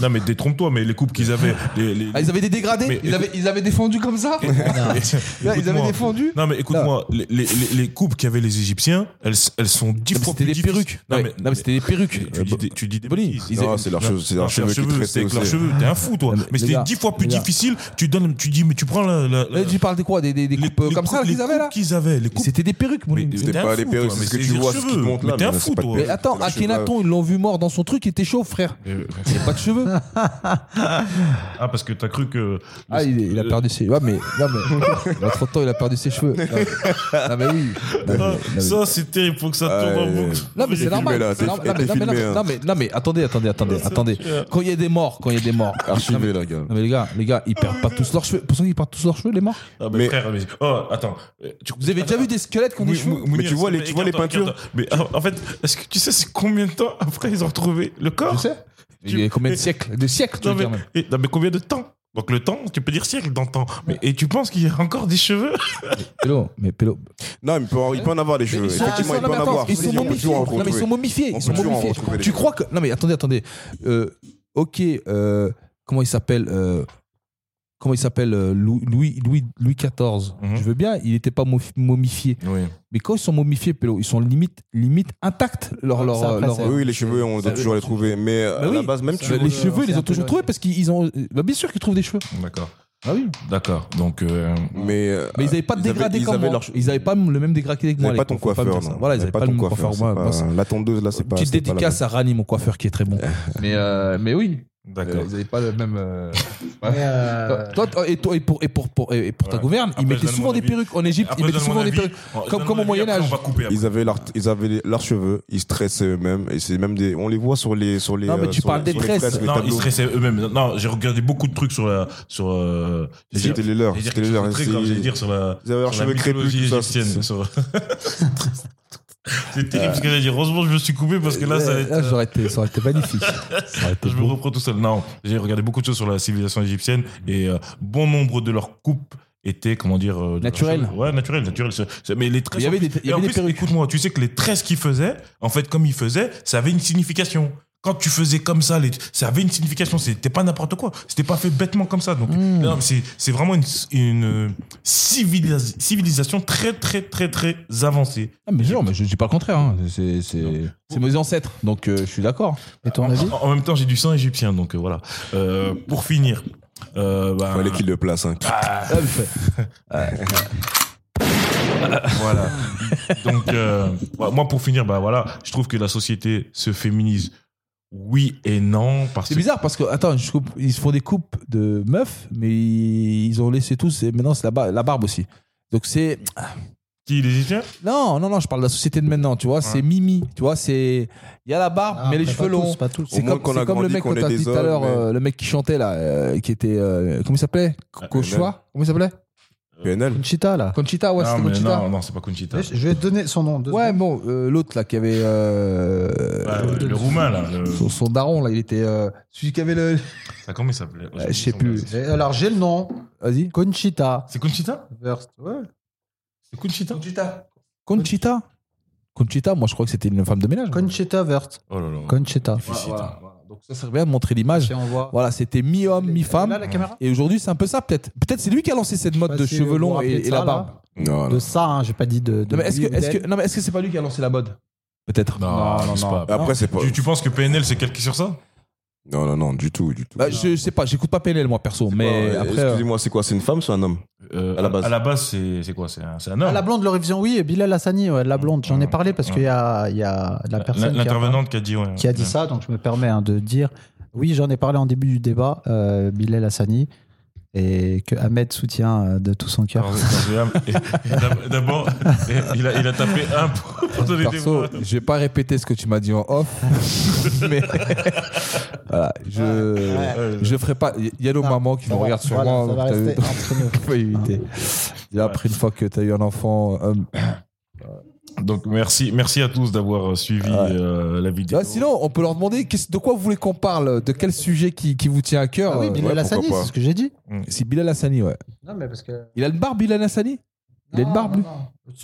non, mais détrompe-toi, mais les coupes qu'ils avaient. Les, les-
Ah, ils avaient des dégradés
Mais- Eh,
ils, avaient, ils avaient défendu comme ça Là, Ils avaient
Écoute-moi.
défendu
Non mais écoute-moi, les, les, les- les coupes qu'avaient les Égyptiens, elles, elles sont dix
Non, mais
fois plus
C'était des
difficiles.
perruques.
Non
Ouais,
mais,
non, mais c'était des perruques.
tu dis des, tu dis des
Bonnie,
bêtises.
ils-
Non, c'est leurs cheveux, c'est leurs
Non,
cheveux qui traitent
c'est avec leurs
aussi.
cheveux. T'es un fou toi.
Non, mais
Mais
les
c'était
gars,
dix fois plus
les gars.
difficile. Tu donnes, tu dis mais tu prends la. la- la-
Là, Eh, tu parles de quoi Des, des, des
les-
coupes euh,
les
comme ça
coupes- les
qu'ils avaient là
coupes qu'ils avaient. Les coupes.
C'était des perruques, mon
Mais-
ami.
mais-
C'était
t'es un
pas
fou,
les perruques,
toi,
c'est
mais
ce que
c'est
tu
les
vois, ce qui
cheveux.
monte
Mais
là.
t'es un
mais
fou,
c'est pas
toi.
des
Mais
perruques,
attends,
c'est leurs
Akhenaton, ils l'ont vu mort dans son truc, il était chaud, frère.
Euh,
Il n'y a pas de cheveux.
Ah parce que t'as cru que.
Ah, il, il a perdu ses. Ouais, mais. Non, mais. Il y a trop de temps, il a perdu ses cheveux. Non, mais, non, mais oui. Non, mais- non, mais-
Ah, Ça c'était il faut que ça tourne
Euh,
en boucle.
Non, mais c'est
filmé,
normal.
là,
c'est
t'es-
normal.
t'es
Non, mais- non, mais-
filmé,
non,
hein.
non, mais- non, mais attendez, attendez, attendez, attendez. Quand il y a des morts, quand il y a des morts. Non, mais-
Archivé, les gars.
Non, mais les gars, les gars, ils perdent pas tous leurs cheveux. Pour ça qu'ils perdent tous leurs cheveux, les morts.
Ah, mais
Mais-
frère, mais- oh attends. Euh, tu-
Vous avez déjà vu des squelettes qui ont des
Mou-
cheveux
Mou- Mounir,
Mais tu vois
c'est-
les- tu vois les
écarte-toi,
peintures
écarte-toi. Mais alors, en fait, est-ce que tu sais c'est combien de temps après ils ont retrouvé le corps
Je sais. Il y a combien de siècles De siècles, tu
non
veux
mais,
dire même.
et- non, mais combien de temps Donc le temps, tu peux dire siècle dans le temps. Mais, et tu penses qu'il y a encore des cheveux
Pélo, mais Pélo.
Non, il peut en, il peut en avoir des cheveux.
Mais ils sont-
Effectivement,
ils
il
sont-
peut en
non, mais
avoir.
attends, Ils sont
On peut
momifiés.
toujours en
Non, mais ils
retrouver.
sont momifiés.
On
Ils sont
peut toujours en
momifiés.
retrouver des
Tu
gens.
crois que. Non, mais attendez, attendez. Euh, ok, euh, comment il s'appelle euh, Comment il s'appelle euh, Louis, Louis, Louis, Louis XIV.
Mhm.
Je veux bien, il n'était pas mofi- momifié.
Oui.
Mais quand ils sont momifiés, Pélo, ils sont limite, limite intacts. Leur, leur,
Ça, après,
leur-
c'est-
Oui, oui, les cheveux, on doit toujours les trouver. Mais euh,
Bah
à
oui.
la base, même tu
les
vois-
cheveux, ils les
c'est
ont
un peu
toujours
le-
trouvés parce qu'ils ont. Bah, bien sûr qu'ils trouvent des cheveux.
D'accord.
Ah oui.
D'accord. Donc euh,
Mais euh,
Mais ils n'avaient pas de
ils avaient-
dégradé
ils
comme
avaient
moi.
leurs cheveux.
Ils n'avaient pas le même dégradé que
ils
moi.
n'avaient
les
pas ton
coiffeurs, faut
coiffeur.
me dire ça.
non.
Voilà,
Ils
ils n'avaient
avaient
pas, le
ton
même coiffeur.
c'est
Moi,
pas-
moi, c'est-
La tondeuse, là, c'est pas.
Petite
c'est pas la
dédicace à Rani, mon coiffeur qui est très bon. mais, euh, mais oui,
d'accord.
n'avaient pas le même. euh, ouais. Bah,
Mais, euh,
Toi, toi- et, toi- et pour, et pour, pour- et pour ta
Ouais.
gouverne,
Après,
ils
je
mettaient
donne
souvent
mon
des
avis.
perruques. En Égypte,
Après,
ils mettaient
donne mon
souvent des
avis.
perruques.
Oh, je
comme-
donne
comme
mon
au Moyen
avis, après,
Âge.
On va couper. après.
Ils avaient, leur- ils avaient les- leurs cheveux, ils stressaient eux-mêmes. Et c'est même des, on les voit sur les. Sur les
Non, mais
euh,
tu
sur
parles
les-
des
sur les
tresses.
fresques, les
Non, ils
tableaux.
stressaient eux-mêmes. Non, j'ai regardé beaucoup de trucs sur la sur. euh, j'allais
C'était
dire-
les leurs.
j'allais dire
C'était
quelque
les
chose de
leurs.
très
C'est-
grave, j'allais dire sur la.
Ils avaient leurs
sur la
cheveux crépus,
mythologie
tout ça.
égyptienne, sur- C'est terrible ce que j'ai dit. Heureusement, je me suis coupé parce que là, ça va être. euh,
Là, j'aurais été, ça aurait été magnifique. Ça aurait été
Je me
beau.
reprends tout seul. Non, j'ai regardé beaucoup de choses sur la civilisation égyptienne et euh, bon nombre de leurs coupes étaient, comment dire, euh, de
Naturelles.
leurs cheveux. Ouais, naturelles, naturelles. C'est- c'est- Mais les tresses.
Il y avait des- il y
et en
avait des
plus,
perruques.
Écoute-moi, tu sais que les tresses qu'ils faisaient, en fait, comme ils faisaient, ça avait une signification. Quand tu faisais comme ça, les- ça avait une signification. C'était pas n'importe quoi. C'était pas fait bêtement comme ça. Donc, non, mais c'est c'est vraiment une, une civilisa- civilisation très, très, très, très avancée.
Ah, mais genre, mais je dis pas le contraire. hein. C'est- C'est
Non.
c'est mes ancêtres, donc euh, je suis d'accord.
et ton
En,
avis
en- en même temps, j'ai du sang égyptien, donc euh, voilà. Euh, pour finir, euh, bah,
Fallait qu'ils le placent. hein.
Ah, mais fait-
voilà. Donc, euh, bah, moi, pour finir, bah voilà, je trouve que la société se féminise. Oui et non, parce
C'est bizarre parce que, attends, je coupe- ils se font des coupes de meufs, mais ils ont laissé tous, et maintenant c'est la, ba- la barbe aussi. Donc c'est.
qui les Égyptiens
Non, non, non, je parle de la société de maintenant, tu vois, c'est Mimi, tu vois, c'est. Il y a la barbe, mais les
Ah, pas
cheveux
tous,
longs.
pas tous.
C'est
moins
comme,
qu'on
c'est
a
comme le
grandi,
mec
qu'on
que
est
t'as
des
dit tout à l'heure,
hommes,
euh, le mec qui chantait là, euh, qui était. euh, comment il s'appelait
Ah,
Cochois Comment il s'appelait
PNL.
Conchita, là.
Conchita, ouais,
non,
c'était
mais
Conchita.
non, non, c'est pas Conchita.
Je vais te donner son nom. deux
Ouais, bon,
secondes.
euh, l'autre là qui avait. euh,
Ouais, ouais, le roumain, là. le-
son, son daron là, il était. euh, celui qui avait le.
Ça, comment il s'appelait
Euh, je sais plus.
J'ai- Alors, j'ai le nom.
Vas-y.
Conchita.
C'est Conchita
Verst. Ouais.
C'est Conchita Conchita.
Conchita Conchita, moi je crois que c'était une femme de ménage.
Conchita Verst.
Oh là là.
Conchita.
Voilà,
Conchita.
voilà, voilà. Donc ça serait bien de montrer l'image.
Si on voit.
Voilà, c'était mi-homme,
Là,
mi-femme.
la caméra
Et aujourd'hui, c'est un peu ça, peut-être. Peut-être c'est lui qui a lancé cette mode
Bah,
de
si
cheveux
vous vous
longs et,
rappelez de
et
ça,
la
là.
barbe.
Non,
De
non.
ça, hein, j'ai pas dit de. de
Non, mais est-ce que, est-ce
Biden.
que, non, mais est-ce que c'est pas lui qui a lancé la mode Peut-être.
Non,
Non,
je sais
non,
pas.
Après, c'est pas.
Tu, tu penses que PNL c'est calqué sur ça
Non, non, non, du tout, du tout.
Bah, je, je sais pas, j'écoute pas PNL moi perso, mais
Ouais,
après. euh,
Excusez-moi, c'est quoi C'est une femme, c'est un homme
Euh,
À la base.
À la base, c'est c'est quoi C'est un, c'est un
Ah,
homme.
la blonde, l'Eurovision, oui, et Bilal Hassani, ouais, la blonde. J'en ai parlé parce qu'il y a, il y a la personne qui a-
L'intervenante qui a dit. ouais.
qui a dit ça, donc je me permets hein, de dire. Oui, j'en ai parlé en début du débat, euh, Bilal Hassani. et que Ahmed soutient euh, de tout son cœur.
Alors, Tarzan, et- et d'ab- D'abord, et il a, il a tapé un pour, pour donner des
Perso,
voix.
je vais pas répéter ce que tu m'as dit en off, mais voilà, je
Ouais.
je ferai pas. Il y a nos
Non,
mamans qui nous regardent sur moi.
Ça va
donc t'as vu,
rester
donc
entre nous.
faut éviter. Et après une fois que tu as eu un enfant, euh,
Donc merci, merci à tous d'avoir suivi
Ouais.
euh, la vidéo.
ah, sinon on peut leur demander qu'est-ce- de quoi vous voulez qu'on parle, de quel sujet qui, qui vous tient à cœur.
Ah oui,
euh,
Bilal
ouais,
Hassani,
pourquoi
c'est ce que j'ai dit.
C'est Bilal Hassani, ouais.
Non, mais parce que.
Il a une barbe, Bilal Hassani Il a une barbe, lui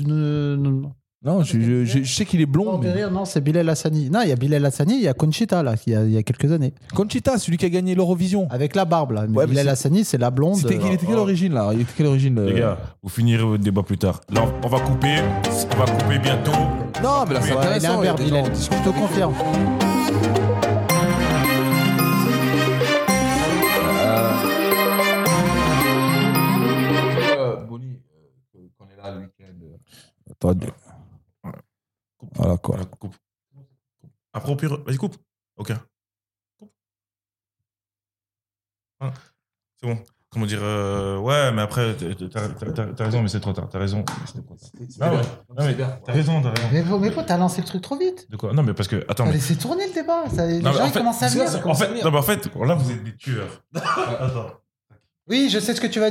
Non, non, non.
Non, je, je- je- je sais qu'il est blond.
Mort de
mais-
rire, non, c'est Bilal Hassani. Non, il y a Bilal Hassani, il y a Conchita, là, il y a, il y a quelques années.
Conchita, celui qui a gagné l'Eurovision.
Avec la barbe, là. Mais
Ouais, mais
Bilal
c'est-
Hassani, c'est la blonde. euh,
C'était il était quelle origine là Il était quelle origine euh,
Les gars, vous finirez votre débat plus tard. Là, on- on va couper, on va couper bientôt.
Non, mais là c'est
Ouais,
Ouais, il a
intéressant.
un
il y a
verbe,
des gens-
Bilal. Je te confirme.
Attends, Voilà quoi.
Voilà, coupe. Après, au pire, vas-y, coupe. Ok. Coupe. Hein, c'est bon. Comment dire euh, Ouais, mais après, t'as- t'as t'as- t'as raison, mais c'est trop tard. T'as raison. mais c'était trop tard. Non, mais- non, mais t'as raison, t'as raison.
Mais, mais quoi, t'as lancé le truc trop vite.
De quoi Non, mais parce que. Attends,
T'as
mais.
laissé tourner le débat. Ça, les
Non, mais
gens,
en
ils
fait-
commencent à venir.
En fait, non, mais en fait, là, vous êtes des tueurs. Attends.
Oui, je sais ce que tu vas dire.